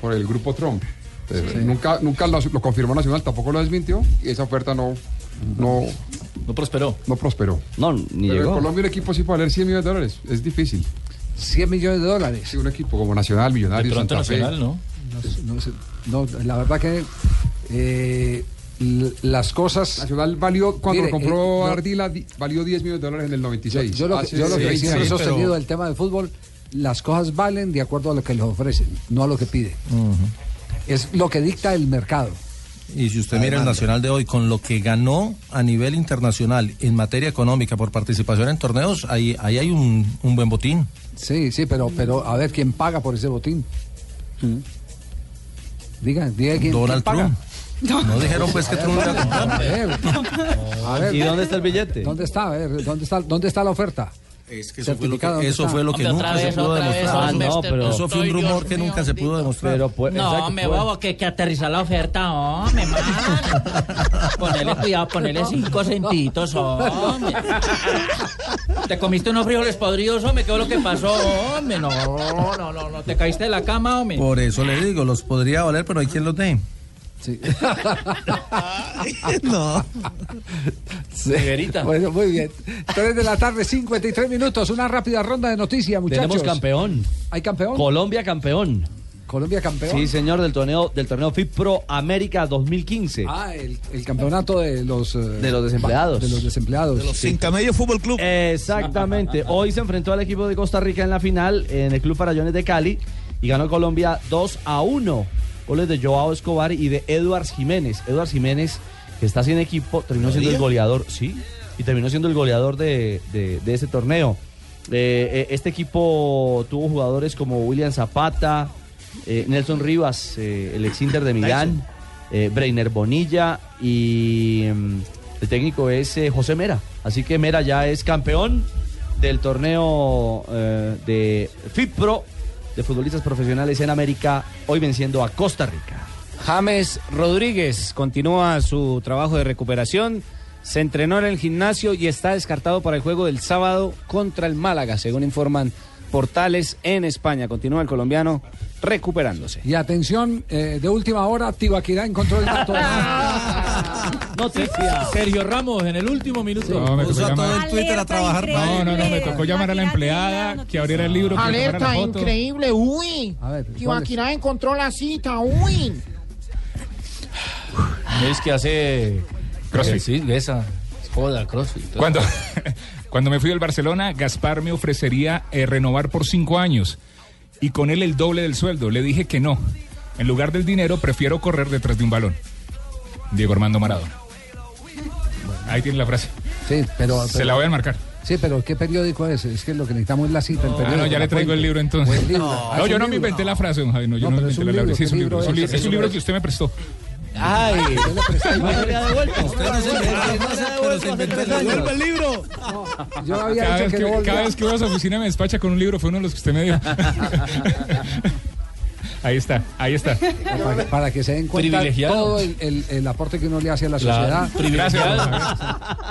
por el grupo Trump. Entonces, Nunca, nunca lo, lo confirmó Nacional, tampoco lo desmintió y esa oferta no. No,
no prosperó.
No prosperó.
No,
ni
llegó.
En Colombia un equipo sí puede valer 100 millones de dólares. Es difícil.
100 millones de dólares.
Sí, un equipo como Nacional, Millonarios,
pronto
Santa Fe.
Nacional, ¿no?
No sé, no sé, no, la verdad que eh, l- las cosas...
Nacional valió, cuando
Mire,
lo compró
eh, no-
Ardila, di- valió 10 millones de dólares en el 96.
Yo
Ah,
lo que,
Hace
yo lo que
seis
siempre he
años.
sostenido del tema del fútbol, las cosas valen de acuerdo a lo que les ofrecen, no a lo que piden. Es lo que dicta el mercado.
Y si usted mira el
Adelante.
Nacional de hoy, con lo que ganó a nivel internacional en materia económica por participación en torneos, ahí, ahí hay un, un buen botín.
Sí, sí, pero,
Mm.
pero a ver quién paga por ese botín. Diga, diga quién,
Donald
quién paga.
Trump. No dijeron, pues, que
A ver,
Trump era
a ver, a ver.
¿Y dónde está el billete?
¿Dónde está? A ver, ¿dónde está, dónde está la oferta?
Es que
eso fue lo que- Certificado, ¿dónde
eso
está?
fue lo que
Hombre,
nunca
otra
se
vez,
pudo
otra vez,
demostrar.
hombre,
no,
este
pero eso
doctor,
fue un
Dios
rumor que nunca se pudo demostrar.
pues,
No, me
pues.
bobo, que, que aterriza la oferta, hombre, man. Ponele cuidado, ponele cinco centitos, hombre. Te comiste unos frijoles podridos, hombre, ¿qué fue lo que pasó, hombre? No, no, no, no, te caíste de la cama, hombre.
Por eso le digo, los podría valer, pero hay quien los dé.
no.
Riverita.
Bueno, muy bien. 3 de la tarde, 53 minutos. Una rápida ronda de noticias, muchachos.
Tenemos campeón.
¿Hay campeón?
Colombia campeón.
Colombia campeón.
Sí, señor, del torneo del torneo FIPRO América 2015.
Ah, el, el campeonato de los eh,
de los desempleados.
De los desempleados. Sí.
Camello Fútbol Club. Exactamente. Hoy se enfrentó al equipo de Costa Rica en la final en el Club Farallones de Cali y ganó Colombia 2 a 1. Goles de Joao Escobar y de Eduardo Jiménez. Eduardo Jiménez, que está sin equipo, terminó siendo el
¿Todavía?
goleador, sí, y terminó siendo el goleador de, de- de ese torneo. Eh, eh, este equipo tuvo jugadores como William Zapata, eh, Nelson Rivas, eh, el ex Inter de Milán, eh, Breiner Bonilla y mm, el técnico es eh, José Mera. Así que Mera ya es campeón del torneo eh, de FIPRO de futbolistas profesionales en América, hoy venciendo a Costa Rica.
James Rodríguez continúa su trabajo de recuperación. Se entrenó en el gimnasio y está descartado para el juego del sábado contra el Málaga, según informan portales en España. Continúa el colombiano recuperándose.
Y atención, eh, de última hora, Tibaquirá encontró el dato.
Noticia.
Sergio Ramos en el último minuto.
No, me tocó llamar.
Twitter a trabajar.
No, no, no, me tocó llamar a la empleada que abriera el libro. que tomara la
Alerta
foto.
increíble, uy. Tibaquirá encontró la cita, uy.
Es que hace.
Crossfit.
Sí, esa. Joda, crossfit.
Cuando, cuando me fui al Barcelona, Gaspar me ofrecería eh, renovar por cinco años y con él el doble del sueldo. Le dije que no. En lugar del dinero, prefiero correr detrás de un balón. Diego Armando Maradona. Ahí tiene la frase.
Sí, pero,
Se
pero-
la voy a marcar.
Sí, pero ¿qué periódico es? Es que lo que necesitamos es la cita. el
Ah,
periódico,
no, ya le
la
traigo el
fuente.
libro entonces.
Buen libro.
No,
Ah, es
yo
un
no me
libro.
inventé la frase, don Javi. No,
No,
yo no,
pero
me
es
inventé
un libro,
la frase. Sí, es un
¿qué
libro. Es un
libro
li-
es?
es un libro que usted me prestó.
Ay,
¡Vuelve el libro!
Yo había
Ah, Cada
dicho
vez
que
que,
no volvía.
cada vez que voy a su oficina me despacha con un libro. Fue uno de los que usted me dio. ahí está, ahí está.
Para, para que se den cuenta
Privilegiado.
todo el, el- el aporte que uno le hace a la
Claro,
sociedad.
privilegiado.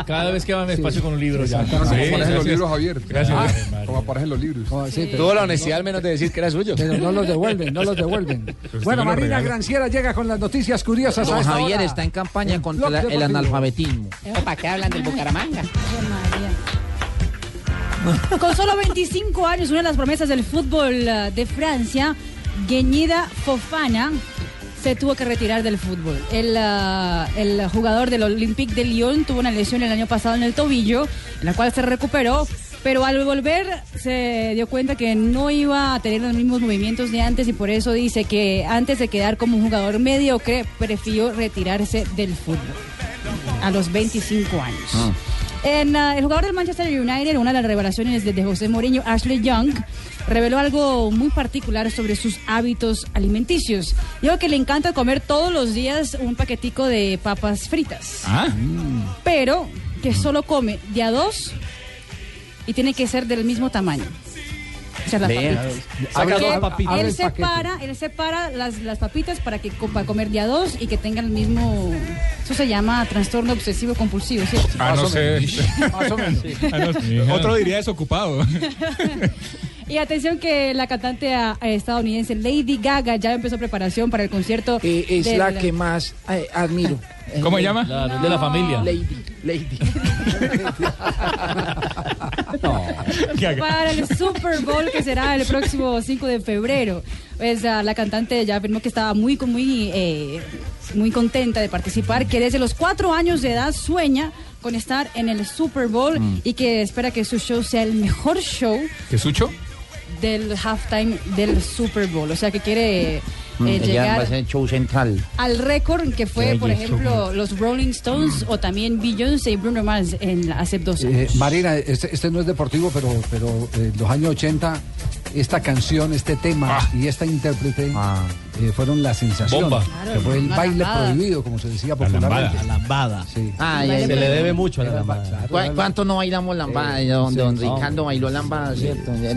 Cada vez que va me despacho con un libro ya.
Como
Sí,
aparecen los
gracias.
libros, Javier.
Gracias.
Ah,
Ay, madre.
como aparecen los libros.
sí, pero-
Tuvo la honestidad al menos de decir que era suyo.
Pero no los devuelven, no los devuelven. Bueno,
me lo
Marina
regala.
Granciera llega con las noticias curiosas.
Don
a esta
Javier
hora.
está en campaña
En
contra
Blog
la- el
Deportivo.
analfabetismo. ¿Eh? ¿Para qué hablan del Bucaramanga?
Con solo 25 años, una de las promesas del fútbol eh, de Francia, Gueñida Fofana, se tuvo que retirar del fútbol. El, ah, el jugador del Olympique de Lyon tuvo una lesión el año pasado en el tobillo, en la cual se recuperó, pero al volver se dio cuenta que no iba a tener los mismos movimientos de antes y por eso dice que antes de quedar como un jugador mediocre, prefirió retirarse del fútbol a los 25 años. En, ah, el jugador del Manchester United, una de las revelaciones desde José Mourinho, Ashley Young, reveló algo muy particular sobre sus hábitos alimenticios. Dijo que le encanta comer todos los días un paquetico de papas fritas,
Ah.
pero que solo come de a dos y tiene que ser del mismo tamaño. O sea, las
Vea.
papitas.
Saca
Porque
dos papitas.
Él
Abre el paquete.
separa, él separa las, las papitas para que co- para comer de a dos y que tengan el mismo. Eso se llama trastorno obsesivo compulsivo, ¿cierto?
Ah, no sé. Ah, no, Otro diría desocupado.
Y atención que la cantante ah, eh, estadounidense Lady Gaga ya empezó preparación para el concierto.
Es
del-
la que más eh, admiro.
¿Cómo se llama?
La- de la familia.
Lady, Lady.
Para el Super Bowl que será el próximo 5 de febrero. Pues ah, la cantante ya afirmó que estaba muy, con- muy, eh, muy contenta de participar, que desde los cuatro años de edad sueña con estar en el Super Bowl y que espera que su show sea el mejor show
¿Qué sucho?
del halftime del Super Bowl. O sea que quiere eh,
Mm, Ella va a
llegar
ser el show central.
al récord que fue,
Ya
por
llegó.
ejemplo, los Rolling Stones o también Beyoncé y Bruno Mars en, hace dos
Eh,
años.
Marina, este, este no es deportivo, pero, pero eh, en los años 80, esta canción, este tema y esta intérprete eh, fueron la sensación.
Ah. Bomba.
Que
Claro,
fue el
una
baile
lambada.
prohibido, como se decía
La lambada.
popularmente.
La
lambada. Sí.
Ah, ya, Se ya, le ya. debe mucho a la
Era el ba-
lambada.
claro, era
¿Cu-
el-
¿Cuánto no bailamos lambada?
Eh,
Sí,
don
sí,
don
sí.
Ricardo bailó lambada, ¿cierto?
O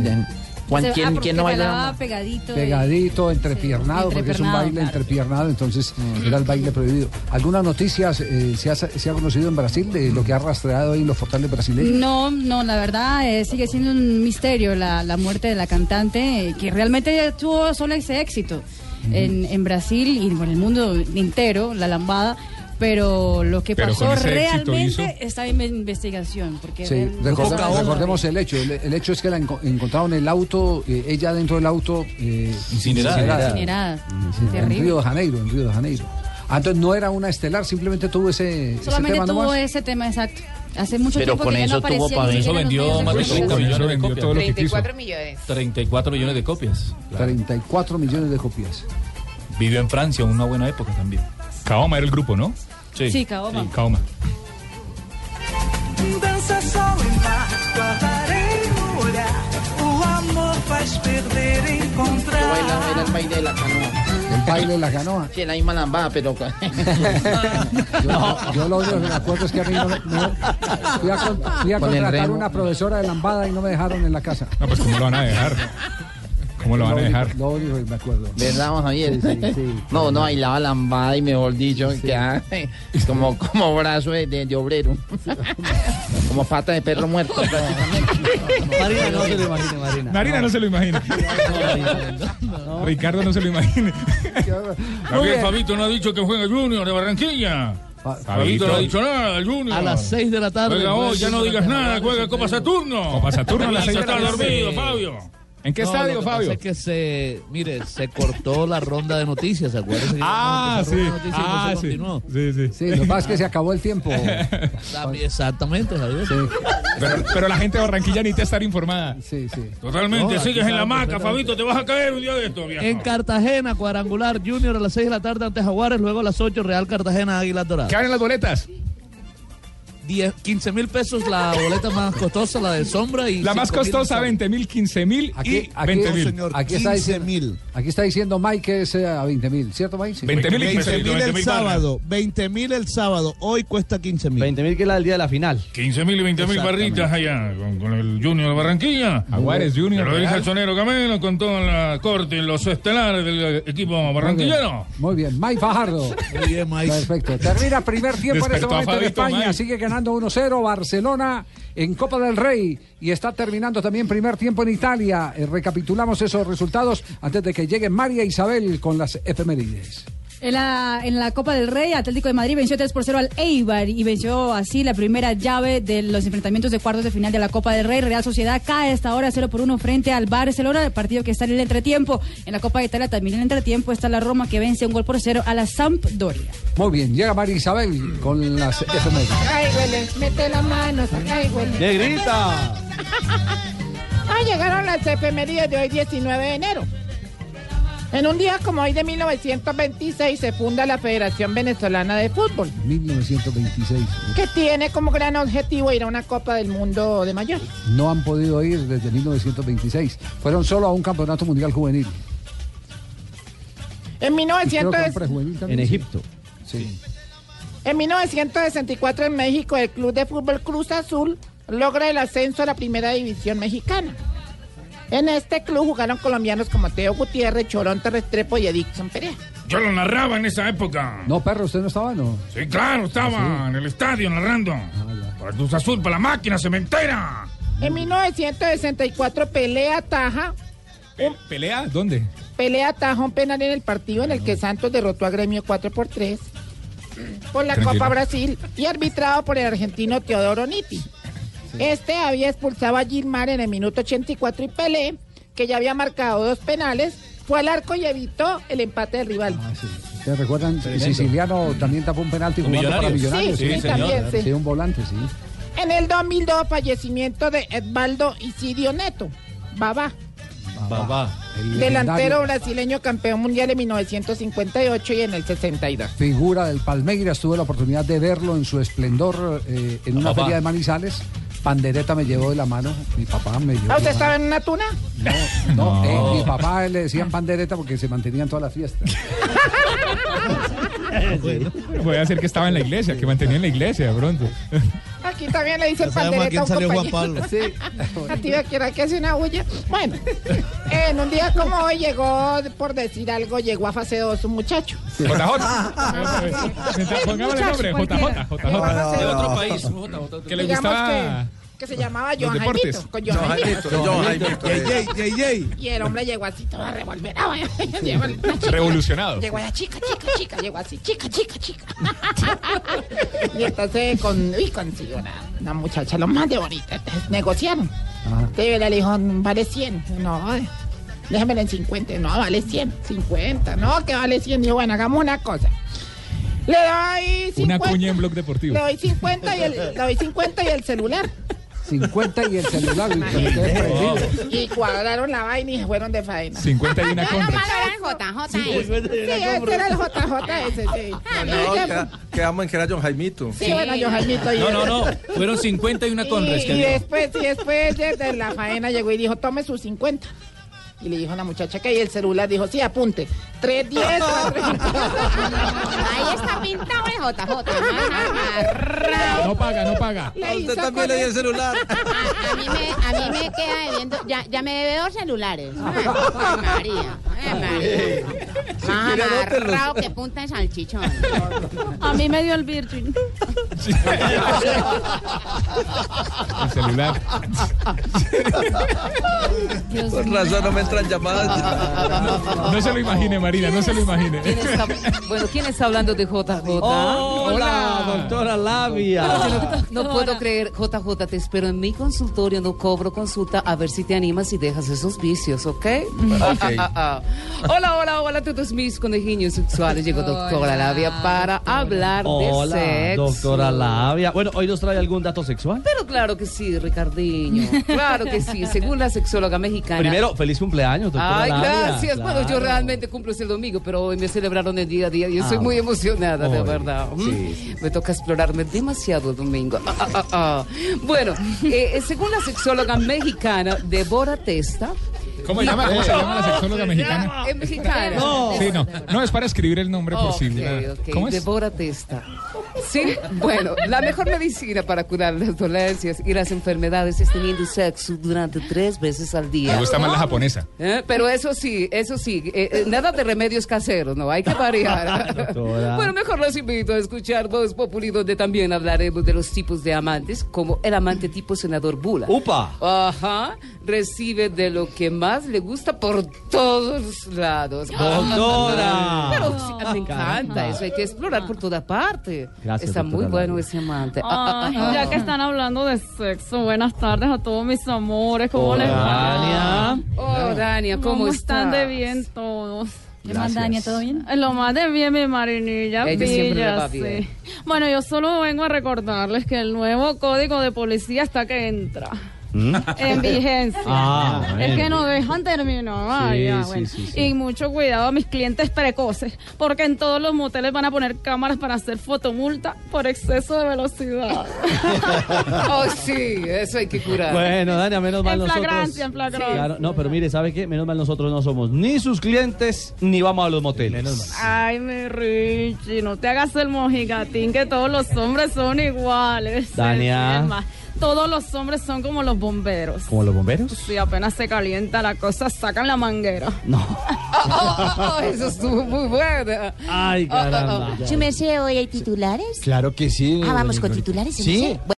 ¿Cuán-
sea, ah,
¿Quién,
porque
quién no bailó
jalaba
lambada?
pegadito. de-
Pegadito, entrepiernado,
Sí,
porque es un
entrepiernado,
baile
claro.
entrepiernado, entonces era el baile prohibido. ¿Algunas noticias eh, se, ha, se ha conocido en Brasil de lo que ha rastreado ahí los portales brasileños?
No, no, la verdad eh, sigue siendo un misterio la, la muerte de la cantante eh, que realmente tuvo solo ese éxito en, en Brasil y en el mundo entero, la lambada. Pero lo que
Pero
pasó
con ese éxito
realmente
hizo-
está en investigación. Porque
Sí,
realmente-
recordemos,
Poca onda.
recordemos el hecho. El, el hecho es que la enco- encontraron en el auto, eh, ella dentro del auto. eh,
Incinerada.
Sí, en
Terrible.
Río de Janeiro, en Río de Janeiro. Ah, entonces no era una estelar, simplemente tuvo ese, ese
Solamente
tema
tuvo
nomás.
ese tema exacto. Hace mucho
Pero
tiempo
con
que ya
eso
no
tuvo
aparecía.
pa'
ni
ver.
Eso
siquiera en
vendió
noticias.
más de
Eso
30
vendió
millones de copias.
todo lo que quiso.
34 millones.
34 millones de copias.
34 millones de copias.
Vivió en Francia una buena época también.
Kaoma era el grupo, ¿no?
Sí, Kaoma.
Sí, Kaoma.
Dança sol e mar, guardarei no olhar. O amor faz perder encontrar.
Yo bailaba, era el baile de la canoa.
El baile de la canoa.
Sí, la misma lambada, pero...
Yo, yo lo único que me acuerdo es que a mí no, me- no- fui a, con- fui a
Con el
contratar
remo.
una profesora de lambada y no me dejaron en la casa.
No, pues ¿cómo lo van a dejar? ¿Cómo lo van a dejar?
Lo único que me acuerdo.
¿Verdad, don Javier?
Sí, sí, sí.
no, no, bailaba lambada y mejor dicho, que, ah, como, como brazo de, de- de obrero. como pata de perro muerto.
Marina, no se lo imagine, Marina.
Marina no se lo imagina. Ricardo no se lo imagina.
Javier Fabito no ha dicho que juega Junior de Barranquilla. Fabito no ha dicho nada, Junior.
A las 6 de la tarde.
Juega hoy, ya no digas nada, juega Copa Saturno.
Copa Saturno a las
Ya
seis de la
está
tarde.
dormido, Fabio.
¿En qué
No,
estadio,
lo que
Fabio?
Pasa es que se, mire, se cortó la ronda de noticias, ¿se acuerdan? Se
Ah,
empezó la
sí.
ronda de noticias y no
Ah,
se
sí.
continuó.
Sí, sí.
Sí, lo que pasa es que se acabó el tiempo.
También, Exactamente, Javier.
Pero, pero la gente de Barranquilla necesita estar informada.
Sí, sí.
Totalmente,
No,
sigues
aquí
en la
sabe
maca,
perfectamente.
Fabito, te vas a caer un día de esto, viejo.
En Cartagena, cuadrangular Junior a las 6 de la tarde ante Jaguares, luego a las 8 Real Cartagena Águilas Doradas.
¿Qué en las boletas?
10, 15 mil pesos la boleta más costosa, la de sombra. y
La más
5.000
costosa, 20 mil, 15 mil y 20 mil.
aquí está diciendo, aquí está diciendo Mike que es eh, a 20 mil, ¿cierto Mike? Sí.
20.000 y 15.000.
20.000
20.000 el
20.000
sábado, 20.000 el sábado, hoy cuesta 15.000.
20.000 que es la del día de la final.
15 mil y 20 mil
Exactamente.
barritas allá con, con el Junior de Barranquilla.
Aguares Junior,
Te Lo dice
Real.
el sonero Camelo con toda la corte y los estelares del equipo
Muy bien,
barranquillero.
Muy bien, Mike Fajardo. Muy bien, Mike. Perfecto. Termina primer tiempo en este
Despertó a
momento en
Fabito,
España.
Mike.
Sigue ganando 1-0 Barcelona en Copa del Rey y está terminando también primer tiempo en Italia. Eh, recapitulamos esos resultados antes de que llegue María Isabel con las efemérides.
En la, en la Copa del Rey, Atlético de Madrid venció 3 por 0 al Eibar y venció así la primera llave de los enfrentamientos de cuartos de final de la Copa del Rey. Real Sociedad cae hasta ahora 0 por 1 frente al Barcelona, el partido que está en el entretiempo. En la Copa de Italia también en el entretiempo está la Roma que vence un gol por 0 a la Sampdoria.
Muy bien, llega María Isabel con las efemérides.
Ay, huele, mete las manos, ay, huele.
grita!
Ah, llegaron las efemerías de hoy, 19 de enero. En un día como hoy de 1926 se funda la Federación Venezolana de Fútbol,
1926.
que tiene como gran objetivo ir a una Copa del Mundo de mayores.
No han podido ir desde 1926. Fueron solo a un campeonato mundial juvenil.
En,
Y creo que un
1900
prejuvenil también, sí. Sí.
en 1964 en México el Club de Fútbol Cruz Azul logra el ascenso a la Primera División Mexicana. En este club jugaron colombianos como Teo Gutiérrez, Chorón Restrepo y Edixon Perea.
Yo lo narraba en esa época.
No, perro, usted no estaba, ¿no? Ah,
Sí, claro, estaba en el estadio narrando. Para Cruz Azul, para la máquina cementera.
Mm.
En 1964 pelea taja,
¿Pelea? ¿Dónde?
pelea taja un penal en el partido en el que Santos derrotó a Gremio 4 por 3 por la
Tranquilo.
Copa Brasil y arbitrado por el argentino Teodoro Nitti. Este había expulsado a Gilmar en el minuto 84 y Pelé, que ya había marcado dos penales, fue al arco y evitó el empate del rival.
¿Ustedes recuerdan?
Tremendo.
Siciliano también tapó un penalti
Con
jugando para
Millonarios.
Millonarios.
Sí, sí, también, sí.
Sí, un volante, sí.
En el 2002 fallecimiento de Edvaldo Isidio Neto, Baba,
El
Delantero
legendario
brasileño campeón mundial en 1958 y en el 62.
Figura del Palmeiras, tuve la oportunidad de verlo en su esplendor eh, en una
Papá.
feria de Manizales. Pandereta me llevó de la mano, mi papá me llevó.
Ah,
de la
¿usted estaba en una tuna?
mano. Eh, mi papá le decían pandereta porque se mantenía en todas las fiestas.
Puede ser que estaba en la iglesia, que mantenía en la iglesia de pronto.
Aquí también le dicen
Ya sabemos a
pandereta
quién
a un compañero.
salió Juan Pablo.
A ti va a querer que hace una bulla. Bueno, en un día como hoy llegó, por decir algo, llegó a fase 2 un muchacho.
JJ. Pongámosle nombre, JJ. JJ.
De otro
país. Que le
Digamos
gustaba.
que, que se llamaba
Los
Johan
deportes.
Jaimito. Con Johan
Johan
Jaimito.
Jaimito, Johan Jaimito, eh.
JJ, Y el hombre llegó así, todo revolverado. Llegó el-
Revolucionado.
Llegó allá, chica, chica, chica, llegó así, chica, chica, chica. y entonces con, uy, consiguió una, una muchacha lo más de bonita. Entonces, negociaron. Entonces le dijo, vale 100. No, eh, déjamela en 50. No, vale 100. 50. No, que vale 100. Dijo, bueno, hagamos una cosa. Le doy 50.
Una cuña en blog deportivo.
Le doy 50 y el, le doy 50 y el celular.
50 y el celular.
Y cuadraron la vaina y se fueron de faena.
50 y una
JJ.
compra.
Sí,
Sí, bueno, era
este
compra.
era el JJ ese, sí.
No, queda- quedamos en que era John Jaimito.
Sí, bueno, yo Jaimito y
No, no, no. Fueron 51
Y-
conres.
Y, después, y después de, de la faena llegó y dijo, tome sus 50. Y le dijo a la muchacha que y el celular dijo, sí, apunte. 310.
Ahí
está pintado el
No paga, no paga.
A Ah, usted también le dio el celular.
A, a mí me, a mí me queda debiendo. Ya, ya me debe dos celulares. Ay, María. Ay, María. Más
quiere, anótelos.
amarrado que punta de salchichón.
A mí me dio el Virgin.
El celular.
Por razón no me entran llamadas.
No se lo imagine, Marina, no se lo imagine.
Bueno, ¿quién está hablando de JJ?
Hola, doctora Labia.
No puedo creer, JJ, te espero en mi consultorio, no cobro consulta, a ver si te animas y dejas esos vicios, ¿ok? Hola, hola, hola a todos mis conejillos sexuales. Llegó doctora Labia para hablar
Hola,
de sexo.
doctora Labia. Bueno, hoy nos trae algún dato sexual.
Pero claro que sí, Ricardiño. Claro que sí, según la sexóloga mexicana.
Primero, feliz cumpleaños, doctora
Ay,
Labia.
gracias. Bueno, yo
Claro.
realmente cumplo el domingo, pero hoy me celebraron el día a día y yo
Ah,
soy muy
bueno.
emocionada, de
Hoy,
verdad.
sí,
Mm. Me toca explorarme demasiado el domingo. Ah, ah, ah, ah. Bueno, eh, según la sexóloga mexicana Débora Testa.
¿Cómo se llama? ¿Cómo se llama la sexóloga mexicana?
Es mexicana.
Sí, no. No, es para escribir el nombre por si.
Ok, ok,
¿Cómo es?
Débora Testa. Sí, bueno, la mejor medicina para curar las dolencias y las enfermedades es teniendo sexo durante tres veces al día.
Me gusta más la japonesa.
Eh, Pero eso sí, eso sí, eh, eh, nada de remedios caseros, no, hay que variar. bueno, mejor los invito a escuchar Voz Populi, donde también hablaremos de los tipos de amantes, como el amante tipo senador Bula.
¡Upa!
Ajá, recibe de lo que más le gusta por todos lados. Ah,
¡Doctora!
Pero sí, me encanta, eso hay que explorar por toda parte.
Gracias,
Está muy
doctora
bueno ese amante. Ah, ah,
Ay,
ah,
ya
ah.
que están hablando de sexo, buenas tardes a todos mis amores. ¿Cómo les va?
Dania. Oh, Dania, ¿cómo
están de
estás?
bien todos? Eh,
¿Qué más, Gracias. Dania? ¿Todo bien?
Lo más de bien, mi marinilla.
Ella siempre le
Villa,
va
sí.
bien.
Bueno, yo solo vengo a recordarles que el nuevo código de policía está que entra en vigencia.
Ah,
es
bueno.
que no dejan terminar. vaya,
sí,
bueno.
sí, sí.
Y mucho cuidado a mis clientes precoces, porque en todos los moteles van a poner cámaras para hacer fotomulta por exceso de velocidad.
Oh, sí, eso hay que curar.
Bueno, Dania, menos mal
En
nosotros.
flagrancia, en flagrancia.
Claro, no, pero mire, ¿sabe qué? Menos mal nosotros no somos ni sus clientes ni vamos a los moteles.
Ay, mi Richie, no te hagas el mojigatín que todos los hombres son iguales.
Dania.
Es más, Todos los hombres son como los bomberos.
¿Como los bomberos?
Si apenas se calienta la cosa, sacan la manguera.
Oh, eso estuvo muy Ah, bueno.
Ay,
caramba.
Su merced, hoy hay titulares.
Claro que sí.
Ah, vamos
doña
con
Gloria.
titulares. su
Sí.
merced.